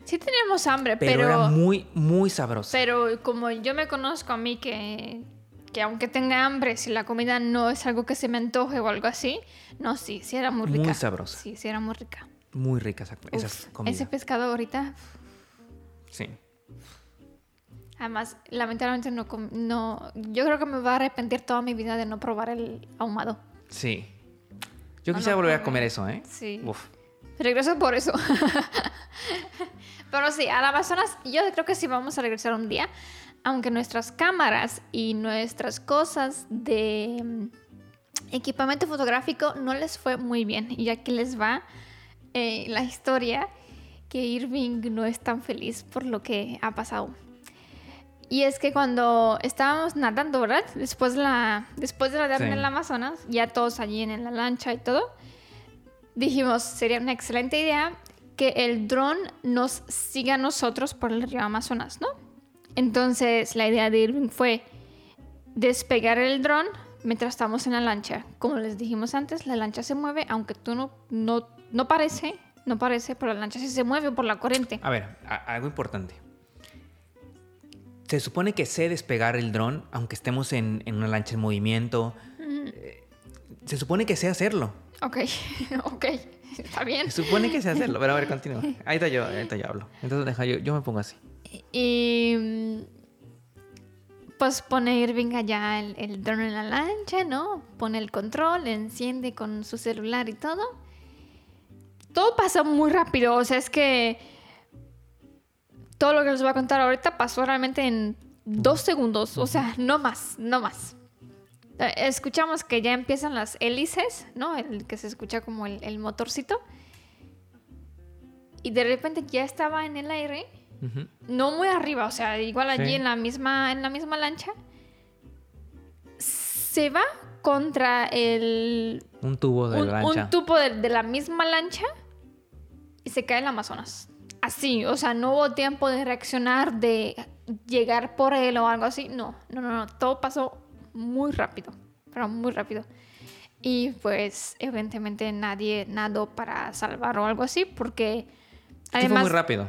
Speaker 1: Sí tenemos hambre,
Speaker 2: pero,
Speaker 1: pero...
Speaker 2: era muy, muy sabrosa.
Speaker 1: Pero como yo me conozco a mí que, que aunque tenga hambre, si la comida no es algo que se me antoje o algo así, no, sí, sí era muy
Speaker 2: Muy
Speaker 1: rica.
Speaker 2: sabrosa.
Speaker 1: Sí, sí era muy rica.
Speaker 2: Muy rica esa, esa
Speaker 1: Uf,
Speaker 2: comida.
Speaker 1: Ese pescado ahorita,
Speaker 2: Sí.
Speaker 1: además, lamentablemente no, com- no... Yo creo que me va a arrepentir toda mi vida de no probar el ahumado.
Speaker 2: Sí. Yo
Speaker 1: No,
Speaker 2: quisiera
Speaker 1: no,
Speaker 2: volver a
Speaker 1: no.
Speaker 2: comer eso, ¿eh?
Speaker 1: Sí.
Speaker 2: Uf.
Speaker 1: Regreso por eso. Pero sí, al Amazonas yo creo que sí vamos a regresar un día. Aunque nuestras cámaras y nuestras cosas de mm, equipamiento fotográfico no les fue muy bien. Y aquí les va eh, la historia que Irving no es tan feliz por lo que ha pasado. Y es que cuando estábamos nadando, ¿verdad? Después, la, después de nadar
Speaker 2: Sí.
Speaker 1: en el Amazonas, ya todos allí en la lancha y todo, dijimos, sería una excelente idea que el dron nos siga a nosotros por el río Amazonas, ¿no? Entonces la idea de Irving fue despegar el dron mientras estamos en la lancha. Como les dijimos antes, la lancha se mueve, aunque tú no, no, no parece, no parece, pero la lancha sí se mueve por la corriente.
Speaker 2: A ver, a- algo importante. Se supone que sé despegar el dron, aunque estemos en, en una lancha en movimiento. Eh, Se supone que sé hacerlo.
Speaker 1: Ok, ok, está bien.
Speaker 2: Se supone que sé hacerlo. Pero a ver, continúa. Ahí está yo, ahí está yo hablo. Entonces deja, yo, yo me pongo así.
Speaker 1: Y mm, pues pone Irving allá el, el dron en la lancha, ¿no? Pone el control, enciende con su celular y todo. Todo pasa muy rápido, o sea, es que todo lo que les voy a contar ahorita pasó realmente en dos segundos, o sea, no más, no más. Eh, Escuchamos que ya empiezan las hélices, ¿no? El que se escucha como el, el motorcito. Y de repente ya estaba en el aire
Speaker 2: Ujú.
Speaker 1: no muy arriba, o sea, igual allí
Speaker 2: Sí.
Speaker 1: en la misma en la misma lancha. se va contra el
Speaker 2: Un tubo de
Speaker 1: un,
Speaker 2: la
Speaker 1: un
Speaker 2: lancha.
Speaker 1: tubo de, de la misma lancha y se cae en el Amazonas. Así, o sea, no hubo tiempo de reaccionar, de llegar por él o algo así. No, no, no, no. Todo pasó muy rápido, pero muy rápido. Y pues, evidentemente, nadie nadó para salvar o algo así, porque
Speaker 2: Es que fue muy
Speaker 1: además,
Speaker 2: rápido.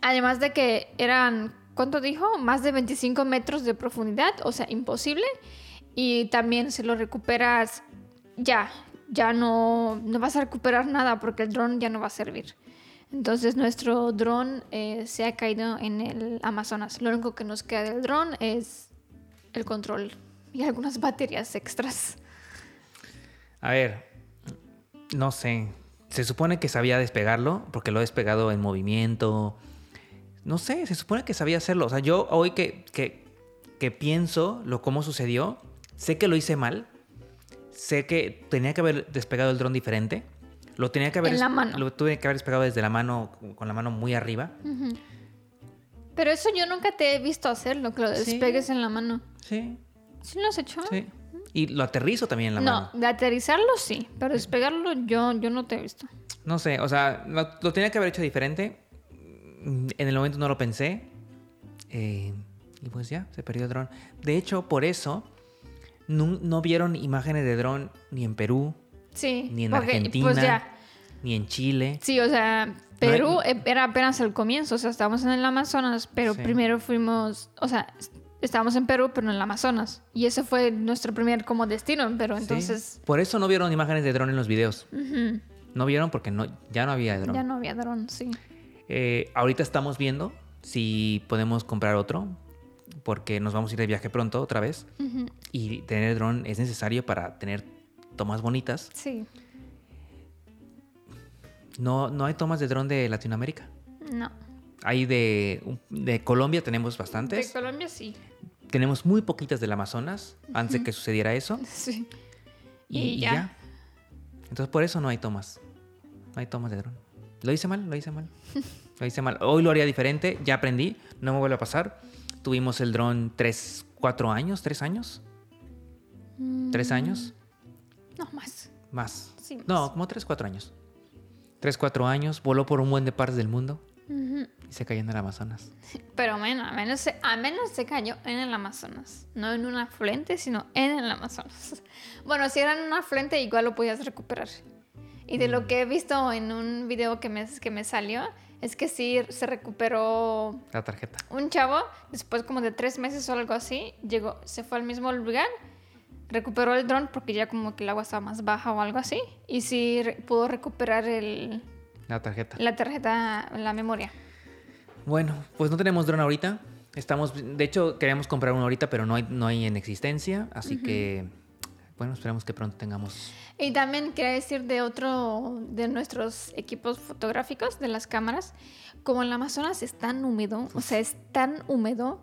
Speaker 1: además de que eran, ¿cuánto dijo? Más de 25 metros de profundidad, o sea, imposible. Y también si lo recuperas ya, ya no, no vas a recuperar nada porque el dron ya no va a servir. Entonces nuestro dron eh, se ha caído en el Amazonas. Lo único que nos queda del dron es el control y algunas baterías extras.
Speaker 2: A ver, no sé. Se supone que sabía despegarlo porque lo he despegado en movimiento. No sé, se supone que sabía hacerlo. O sea, yo hoy que, que, que pienso lo cómo sucedió, sé que lo hice mal. Sé que tenía que haber despegado el dron diferente. Lo tenía que haber
Speaker 1: En la
Speaker 2: des-
Speaker 1: mano. Mm.
Speaker 2: Lo tuve que haber despegado desde la mano, con la mano muy arriba.
Speaker 1: Pero eso yo nunca te he visto hacerlo, que lo
Speaker 2: Sí.
Speaker 1: despegues en la mano.
Speaker 2: Sí,
Speaker 1: ¿Sí lo has hecho?
Speaker 2: sí. Y lo aterrizo también en la
Speaker 1: Ah. no,
Speaker 2: mano.
Speaker 1: de aterrizarlo sí, pero despegarlo yo, yo no te he visto.
Speaker 2: No sé, o sea, lo, lo tenía que haber hecho diferente. Mm, En el momento no lo pensé. Eh, y pues ya, se perdió el dron. De hecho, por eso nun- no, vieron imágenes de dron ni en Perú,
Speaker 1: Sí,
Speaker 2: ni en
Speaker 1: porque,
Speaker 2: Argentina,
Speaker 1: Pues ya,
Speaker 2: ni en Chile.
Speaker 1: sí, o sea, Perú eh, era apenas el comienzo, o sea, estábamos en el Amazonas, pero
Speaker 2: Sí.
Speaker 1: primero fuimos, o sea, est- estábamos en Perú, pero en el Amazonas. Y eso fue nuestro primer como destino en Perú,
Speaker 2: Sí.
Speaker 1: entonces
Speaker 2: Por eso no vieron imágenes de dron en los videos.
Speaker 1: ujú,
Speaker 2: No vieron porque no, ya no había dron.
Speaker 1: ya no había dron, sí.
Speaker 2: Eh, ahorita estamos viendo si podemos comprar otro, porque nos vamos a ir de viaje pronto otra vez.
Speaker 1: Ujú,
Speaker 2: Y tener dron es necesario para tener tomas bonitas.
Speaker 1: Sí,
Speaker 2: No, no hay tomas de dron de Latinoamérica.
Speaker 1: no.
Speaker 2: Hay de, de Colombia tenemos
Speaker 1: De
Speaker 2: bastantes.
Speaker 1: Colombia sí.
Speaker 2: tenemos muy poquitas del Amazonas antes de que sucediera eso.
Speaker 1: Sí.
Speaker 2: Y,
Speaker 1: Y
Speaker 2: y
Speaker 1: ya.
Speaker 2: ya. Entonces por eso no hay tomas. No hay tomas de dron. Lo hice mal, lo hice mal. Lo hice mal. Hoy lo haría diferente, ya aprendí, no me vuelve a pasar. Tuvimos el dron tres, cuatro años, tres años, tres
Speaker 1: Mm,
Speaker 2: años,
Speaker 1: No más.
Speaker 2: más.
Speaker 1: Sí, más.
Speaker 2: No, como tres, cuatro años. Tres, cuatro años, voló por un buen de partes del mundo
Speaker 1: Ujú.
Speaker 2: y se cayó en el Amazonas.
Speaker 1: Pero bueno, a menos, se, a menos se cayó en el Amazonas. No en un afluente, sino en el Amazonas. Bueno, si era en un afluente, igual lo podías recuperar. Y de lo que he visto en un video que me, que me salió, es que sí se recuperó
Speaker 2: La tarjeta.
Speaker 1: un chavo, después como de tres meses o algo así, llegó, se fue al mismo lugar, recuperó el dron porque ya como que el agua estaba más baja o algo así, y sí re- pudo recuperar el-
Speaker 2: La tarjeta.
Speaker 1: la tarjeta, la memoria.
Speaker 2: Bueno, pues no tenemos dron ahorita. Estamos, de hecho, queríamos comprar uno ahorita, pero no hay, no hay en existencia. Así que, bueno, esperemos que pronto tengamos.
Speaker 1: Y también quería decir de otro de nuestros equipos fotográficos, de las cámaras, como el Amazonas es tan húmedo, o sea, es tan húmedo,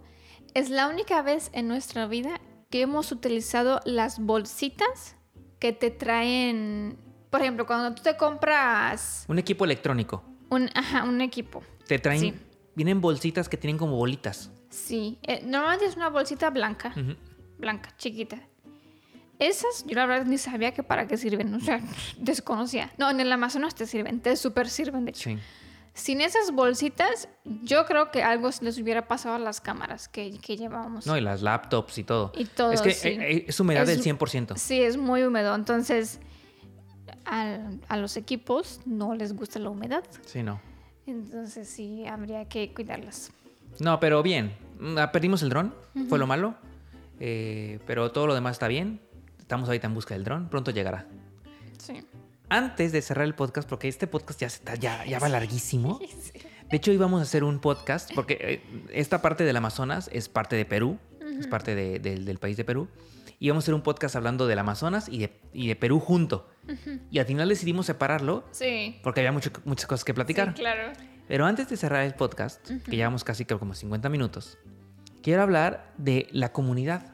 Speaker 1: es la única vez en nuestra vida que hemos utilizado las bolsitas que te traen, por ejemplo, cuando tú te compras
Speaker 2: Un equipo electrónico.
Speaker 1: un, ajá, un equipo.
Speaker 2: Te traen,
Speaker 1: Sí.
Speaker 2: vienen bolsitas que tienen como bolitas.
Speaker 1: Sí, eh, normalmente es una bolsita blanca,
Speaker 2: Ujú.
Speaker 1: blanca, chiquita. Esas yo la verdad ni sabía que para qué sirven, o sea, desconocía. No, en el Amazonas te sirven, te super sirven de hecho.
Speaker 2: Sí.
Speaker 1: Sin esas bolsitas, yo creo que algo se les hubiera pasado a las cámaras que, que llevábamos.
Speaker 2: No, y las laptops y todo.
Speaker 1: Y todo,
Speaker 2: Es que
Speaker 1: sí.
Speaker 2: eh, eh, es humedad
Speaker 1: Es-
Speaker 2: del 100%.
Speaker 1: Sí, es muy húmedo, entonces al- a los equipos no les gusta la humedad,
Speaker 2: Sí, no.
Speaker 1: entonces sí habría que cuidarlas.
Speaker 2: No, pero bien. Mm, ah, Perdimos el dron, fue lo malo. Eh, pero todo lo demás está bien. Estamos ahorita en busca del dron, pronto llegará.
Speaker 1: Sí.
Speaker 2: Antes de cerrar el podcast, porque este podcast ya, se está, ya, ya va larguísimo. De hecho, íbamos a hacer un podcast porque eh, esta parte del Amazonas es parte de Perú, es parte de- del- del país de Perú. Íbamos a hacer un podcast hablando del Amazonas y de, y de Perú junto. Y al final decidimos separarlo
Speaker 1: Sí.
Speaker 2: porque había mucho- muchas cosas que platicar.
Speaker 1: claro.
Speaker 2: Pero antes de cerrar el podcast, que llevamos casi creo, como 50 minutos, quiero hablar de la comunidad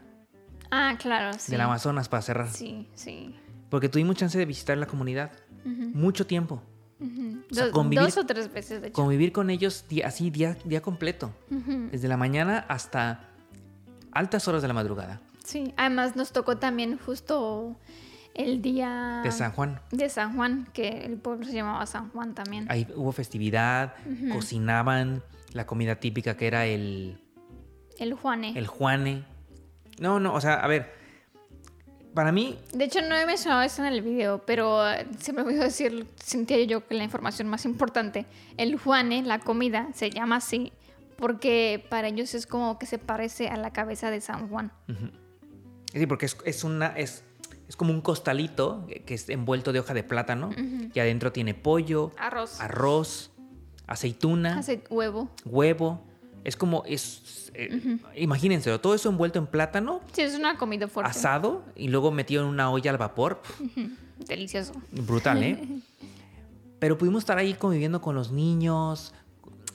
Speaker 1: Ah, claro, sí.
Speaker 2: del Amazonas para cerrar.
Speaker 1: Sí, sí.
Speaker 2: Porque tuvimos chance de visitar la comunidad mucho tiempo.
Speaker 1: Ujú.
Speaker 2: O sea,
Speaker 1: Dos-
Speaker 2: convivir-
Speaker 1: Dos o tres veces, de hecho.
Speaker 2: convivir con ellos di- así día, día completo,
Speaker 1: Ujú.
Speaker 2: desde la mañana hasta altas horas de la madrugada.
Speaker 1: Sí, además nos tocó también justo el día
Speaker 2: de San Juan.
Speaker 1: de San Juan, que el pueblo se llamaba San Juan también.
Speaker 2: Ahí hubo festividad,
Speaker 1: Ujú.
Speaker 2: cocinaban la comida típica que era el,
Speaker 1: El Juane.
Speaker 2: el juane. No, no, o sea, a ver, para mí
Speaker 1: De hecho, no he mencionado eso en el video, pero eh, siempre voy a decir, sentía yo que la información más importante, el Juane, la comida, se llama así porque para ellos es como que se parece a la cabeza de San Juan.
Speaker 2: Sí, porque es, es una. Es, es como un costalito que que es envuelto de hoja de plátano. Y adentro tiene pollo,
Speaker 1: Arroz.
Speaker 2: arroz, aceituna,
Speaker 1: Hace huevo.
Speaker 2: huevo. Es como. Es, eh, Imagínenselo, todo eso envuelto en plátano,
Speaker 1: Sí, es una comida fuerte.
Speaker 2: asado y luego metido en una olla al vapor. Pf,
Speaker 1: Delicioso.
Speaker 2: Brutal, ¿eh? Pero pudimos estar ahí conviviendo con los niños,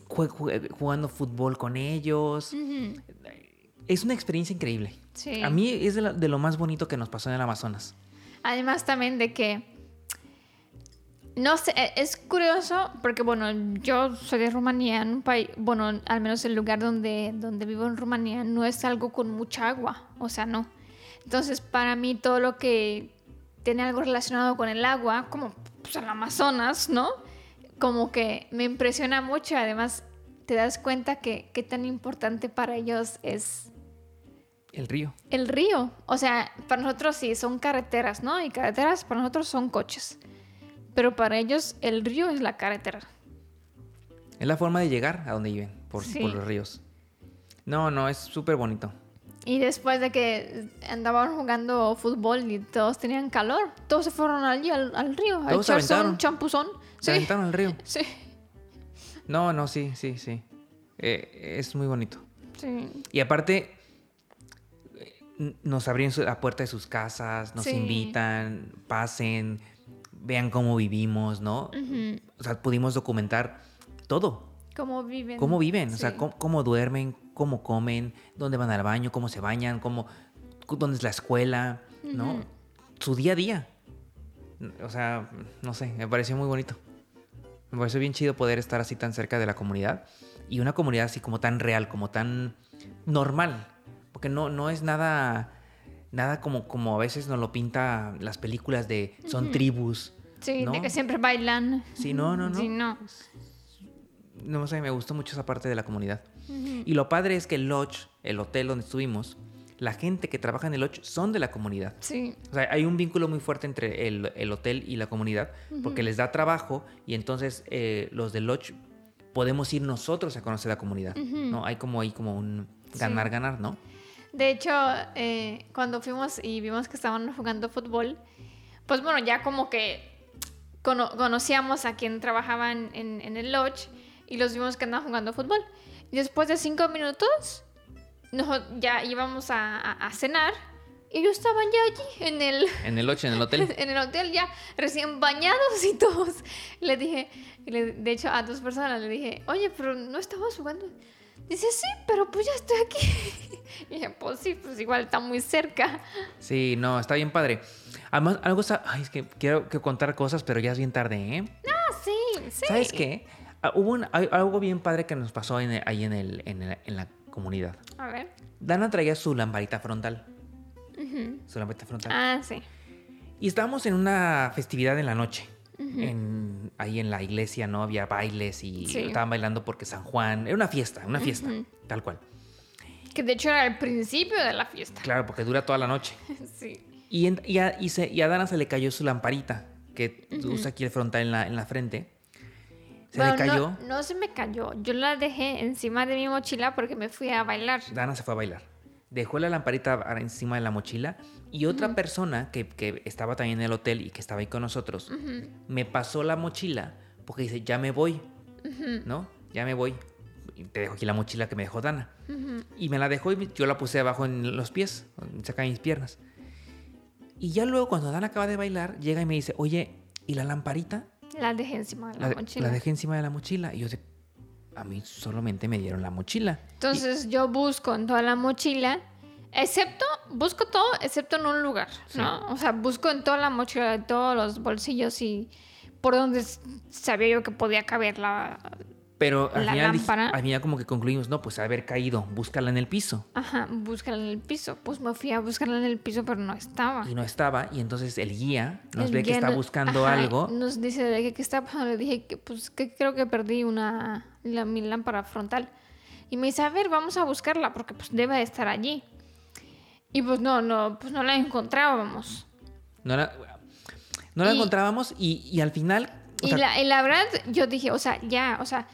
Speaker 2: jue- jue- jugando fútbol con ellos.
Speaker 1: Ujú.
Speaker 2: Es una experiencia increíble.
Speaker 1: Mm. Sí.
Speaker 2: A mí es de, la- de lo más bonito que nos pasó en el Amazonas.
Speaker 1: Además también de que no sé, e- es curioso porque bueno, yo soy de Rumanía, en un país, bueno, al menos el lugar donde donde vivo en Rumanía no es algo con mucha agua, o sea, no. Entonces, para mí todo lo que tiene algo relacionado con el agua, como pues, el Amazonas, ¿no? Como que me impresiona mucho, además te das cuenta que qué tan importante para ellos es
Speaker 2: El río.
Speaker 1: el río. O sea, para nosotros sí son carreteras, ¿no? Y carreteras para nosotros son coches. Pero para ellos el río es la carretera.
Speaker 2: Es la forma de llegar a donde viven, por,
Speaker 1: Sí.
Speaker 2: por los ríos. No, no, es súper bonito.
Speaker 1: Y después de que andaban jugando fútbol y todos tenían calor, todos se fueron allí al, al río a
Speaker 2: Todos se
Speaker 1: echarse
Speaker 2: aventaron.
Speaker 1: un champuzón. Sí,
Speaker 2: Se aventaron al río.
Speaker 1: sí,
Speaker 2: No, no, sí, sí, sí. Eh, es muy bonito.
Speaker 1: sí.
Speaker 2: Y aparte, eh, n- nos abrían su- la puerta de sus casas, nos
Speaker 1: Sí.
Speaker 2: invitan, pasen, vean cómo vivimos, ¿no?
Speaker 1: Ujú.
Speaker 2: O sea, pudimos documentar todo.
Speaker 1: ¿Cómo viven?
Speaker 2: Cómo viven, o sea,
Speaker 1: Sí.
Speaker 2: cómo, cómo duermen, cómo comen, dónde van al baño, cómo se bañan, cómo, cu- dónde es la escuela, ¿no?
Speaker 1: Ujú.
Speaker 2: Su día a día. O sea, no sé, me pareció muy bonito. Me pareció bien chido poder estar así tan cerca de la comunidad y una comunidad así como tan real, como tan normal, porque no, no es nada, nada como, como a veces nos lo pinta las películas de son tribus.
Speaker 1: Sí, de
Speaker 2: ¿no?
Speaker 1: que siempre bailan.
Speaker 2: Sí, no, no, no.
Speaker 1: Sí, no.
Speaker 2: No sé, me gustó mucho esa parte de la comunidad.
Speaker 1: Ujú.
Speaker 2: Y lo padre es que el lodge, el hotel donde estuvimos, la gente que trabaja en el lodge son de la comunidad.
Speaker 1: Sí,
Speaker 2: O sea, hay un vínculo muy fuerte entre el, el hotel y la comunidad porque les da trabajo y entonces eh, los del lodge podemos ir nosotros a conocer la comunidad, ¿no? Hay como ahí como un
Speaker 1: Sí.
Speaker 2: ganar, ganar, ¿no?
Speaker 1: De hecho, eh, cuando fuimos y vimos que estaban jugando fútbol, pues bueno, ya como que cono- conocíamos a quien trabajaban en, en el lodge y los vimos que andaban jugando fútbol. Y después de cinco minutos, nos, ya íbamos a, a- a cenar y ellos estaban ya allí en el,
Speaker 2: En el lodge, en el hotel.
Speaker 1: en el hotel ya recién bañados y todos. Le dije, y le- de hecho a dos personas le dije, oye, pero no estamos jugando. Dice, sí, pero pues ya estoy aquí. Y dije, pues sí, pues igual está muy cerca.
Speaker 2: Sí, no, está bien padre. Además, algo está... Ay, es que quiero que contar cosas, pero ya es bien tarde, ¿eh?
Speaker 1: Ah, sí, sí.
Speaker 2: ¿Sabes qué? Ah, Hubo un- hay- algo bien padre que nos pasó en el- ahí en, el- en el- en la comunidad.
Speaker 1: A ver.
Speaker 2: Dana traía su lamparita frontal.
Speaker 1: Ujú.
Speaker 2: Su lamparita frontal.
Speaker 1: Ah, sí.
Speaker 2: Y estábamos en una festividad en la noche. en, ahí en la iglesia, ¿no? Había bailes y
Speaker 1: Sí.
Speaker 2: estaban bailando porque San Juan. Era una fiesta, una fiesta,
Speaker 1: Ujú.
Speaker 2: tal cual.
Speaker 1: Que de hecho era el principio de la fiesta.
Speaker 2: Claro, porque dura toda la noche.
Speaker 1: Sí.
Speaker 2: Y, en- y a, y se- y a Dana se le cayó su lamparita, que usa aquí el frontal en la, en la frente. Se
Speaker 1: Bueno,
Speaker 2: le
Speaker 1: no-
Speaker 2: cayó.
Speaker 1: No, se me cayó. Yo la dejé encima de mi mochila porque me fui a bailar.
Speaker 2: Dana se fue a bailar. Dejó la lamparita a- encima de la mochila y otra persona que, que estaba también en el hotel y que estaba ahí con nosotros me pasó la mochila porque dice, ya me voy, ¿no? Ya me voy. Y te dejo aquí la mochila que me dejó Dana. Y me la dejó y yo la puse abajo en los pies, saca mis piernas. Y ya luego cuando Dana acaba de bailar, llega y me dice, oye, ¿y la lamparita?
Speaker 1: La dejé encima de la,
Speaker 2: La,
Speaker 1: mochila.
Speaker 2: la dejé encima de la mochila. Y yo de, a mí solamente me dieron la mochila.
Speaker 1: Entonces yo busco en toda la mochila, excepto, busco todo, excepto en un lugar, ¿no? O sea, busco en toda la mochila, en todos los bolsillos y por donde s- sabía yo que podía caber la,
Speaker 2: Pero al
Speaker 1: La
Speaker 2: final, dij-
Speaker 1: lámpara.
Speaker 2: al final como que concluimos, no, pues haber caído, búscala en el piso.
Speaker 1: Ajá, búscala en el piso. Pues me fui a buscarla en el piso, pero no estaba.
Speaker 2: Y no estaba, y entonces el guía nos
Speaker 1: El
Speaker 2: ve que
Speaker 1: guía
Speaker 2: está
Speaker 1: no-
Speaker 2: buscando
Speaker 1: ajá,
Speaker 2: algo.
Speaker 1: Nos dice de que qué está pasando. Le dije que pues que creo que perdí una la- mi lámpara frontal. Y me dice, a ver, vamos a buscarla porque pues debe de estar allí. Y pues no, no, pues no la encontrábamos.
Speaker 2: No la, no la
Speaker 1: Y-
Speaker 2: encontrábamos y, y al final... o
Speaker 1: Y
Speaker 2: sea,
Speaker 1: la, y la verdad, yo dije, o sea, ya, o sea,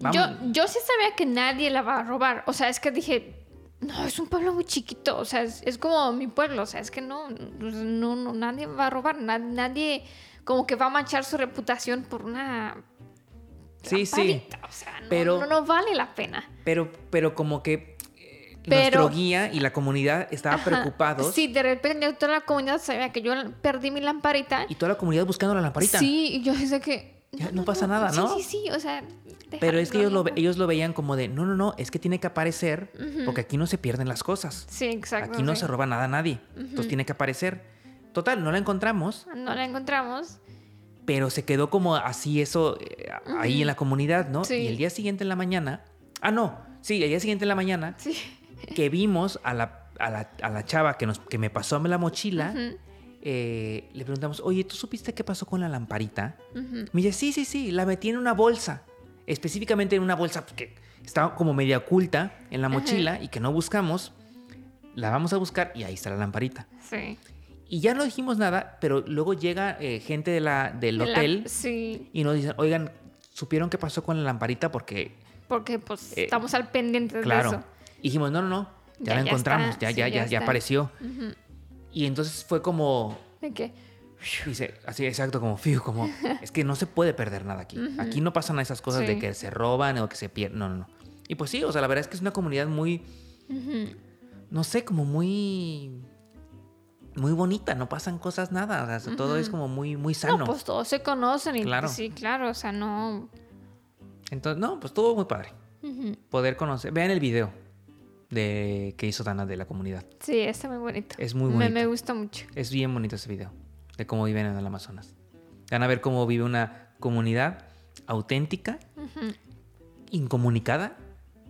Speaker 2: Vamos.
Speaker 1: yo, yo sí sabía que nadie la va a robar. O sea, es que dije, no, es un pueblo muy chiquito, o sea, es, es como mi pueblo, o sea, es que no, no, no, nadie va a robar, na- nadie como que va a manchar su reputación por una...
Speaker 2: sí, sí.
Speaker 1: lamparita, O sea, no,
Speaker 2: pero-
Speaker 1: no, no vale la pena.
Speaker 2: Pero, pero como que eh,
Speaker 1: Pero-
Speaker 2: nuestro guía y la comunidad estaban preocupados
Speaker 1: Sí, de repente toda la comunidad sabía que yo perdí mi lamparita.
Speaker 2: y toda la comunidad buscando la lamparita.
Speaker 1: Sí, y yo dije que...
Speaker 2: Ya, no pasa nada, ¿no?
Speaker 1: Sí, sí, sí, o sea...
Speaker 2: Pero es que ellos lo, ve-
Speaker 1: veían
Speaker 2: ellos lo veían como de, no, no, no, es que tiene que aparecer porque aquí no se pierden las cosas.
Speaker 1: Sí, exacto.
Speaker 2: Aquí no
Speaker 1: sí.
Speaker 2: se roba nada a nadie. Entonces tiene que aparecer. Total, no la encontramos,
Speaker 1: No la encontramos.
Speaker 2: pero se quedó como así eso eh, a- ahí en la comunidad, ¿no?
Speaker 1: Sí.
Speaker 2: Y el día siguiente en la mañana. Ah, no. Sí, el día siguiente en la mañana
Speaker 1: Sí.
Speaker 2: que vimos a la, a la, a la chava que, nos, que me pasó la mochila,
Speaker 1: Ujú.
Speaker 2: eh, le preguntamos, oye, ¿tú supiste qué pasó con la lamparita?
Speaker 1: Ujú.
Speaker 2: Me dice, sí, sí, sí, la metí en una bolsa. Específicamente en una bolsa pues, que estaba como media oculta en la mochila y que no buscamos. La vamos a buscar y ahí está la lamparita.
Speaker 1: Sí.
Speaker 2: Y ya no dijimos nada, pero luego llega eh, gente de la, del
Speaker 1: La-
Speaker 2: hotel
Speaker 1: sí,
Speaker 2: y nos dicen, oigan, ¿supieron qué pasó con la lamparita? Porque,
Speaker 1: porque pues
Speaker 2: Eh,
Speaker 1: estamos al pendiente de
Speaker 2: claro.
Speaker 1: eso.
Speaker 2: Y dijimos, no, no, no, ya,
Speaker 1: Ya-
Speaker 2: la
Speaker 1: ya
Speaker 2: encontramos,
Speaker 1: está,
Speaker 2: ya,
Speaker 1: sí,
Speaker 2: ya,
Speaker 1: ya
Speaker 2: ya,
Speaker 1: está.
Speaker 2: ya apareció.
Speaker 1: Ujú.
Speaker 2: Y entonces fue como,
Speaker 1: De que,
Speaker 2: dice, así exacto, como fiu, como, es que no se puede perder nada aquí. Aquí no pasan esas cosas de
Speaker 1: Sí.
Speaker 2: que se roban o que se pierden. No, no, no. Y pues sí, o sea, la verdad es que es una comunidad muy,
Speaker 1: ujú,
Speaker 2: no sé, como muy, muy bonita, no pasan cosas nada. O sea, todo es como muy, muy sano.
Speaker 1: No, pues todos se conocen y
Speaker 2: Claro.
Speaker 1: sí, claro, o sea, no.
Speaker 2: Entonces, no, pues todo muy padre.
Speaker 1: ujú.
Speaker 2: Poder conocer. Vean el video de que hizo Dana de la comunidad.
Speaker 1: Sí, está muy bonito.
Speaker 2: Es muy
Speaker 1: Me,
Speaker 2: bonito.
Speaker 1: me gusta mucho.
Speaker 2: Es bien bonito ese video de cómo viven en el Amazonas. Van a ver cómo vive una comunidad auténtica, incomunicada.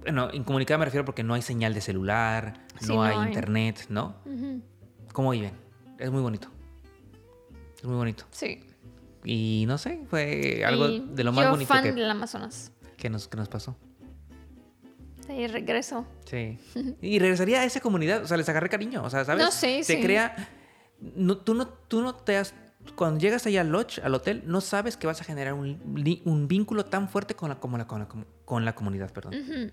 Speaker 2: Bueno, incomunicada me refiero porque no hay señal de celular,
Speaker 1: Sí,
Speaker 2: no,
Speaker 1: no
Speaker 2: hay,
Speaker 1: hay.
Speaker 2: internet, ¿no?
Speaker 1: Ujú,
Speaker 2: ¿Cómo viven? Es muy bonito. Es muy bonito.
Speaker 1: Sí.
Speaker 2: Y no sé, fue algo
Speaker 1: Y
Speaker 2: de lo más
Speaker 1: yo
Speaker 2: bonito
Speaker 1: fan
Speaker 2: que,
Speaker 1: del Amazonas.
Speaker 2: que nos, que nos pasó.
Speaker 1: De ahí regreso.
Speaker 2: Sí. Y regresaría a esa comunidad. O sea, les agarré cariño. O sea, ¿sabes?
Speaker 1: No, sí,
Speaker 2: Se
Speaker 1: sí.
Speaker 2: crea. No, tú, no, tú no te has. Cuando llegas allá al lodge, al hotel, no sabes que vas a generar un, li- un vínculo tan fuerte con la, como la- con la, com- con la comunidad, perdón.
Speaker 1: Ujú,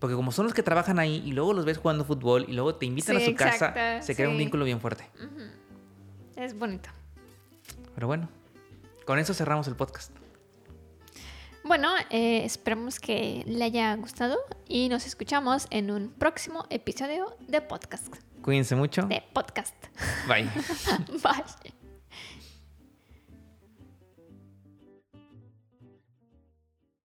Speaker 2: Porque como son los que trabajan ahí y luego los ves jugando fútbol y luego te invitan
Speaker 1: Sí,
Speaker 2: a su casa,
Speaker 1: exacto,
Speaker 2: se crea un
Speaker 1: sí. Mm.
Speaker 2: vínculo bien fuerte.
Speaker 1: Es bonito.
Speaker 2: Pero bueno, con eso cerramos el podcast.
Speaker 1: Bueno, eh, esperamos que le haya gustado y nos escuchamos en un próximo episodio de podcast.
Speaker 2: Cuídense mucho.
Speaker 1: De podcast.
Speaker 2: Bye.
Speaker 1: Bye.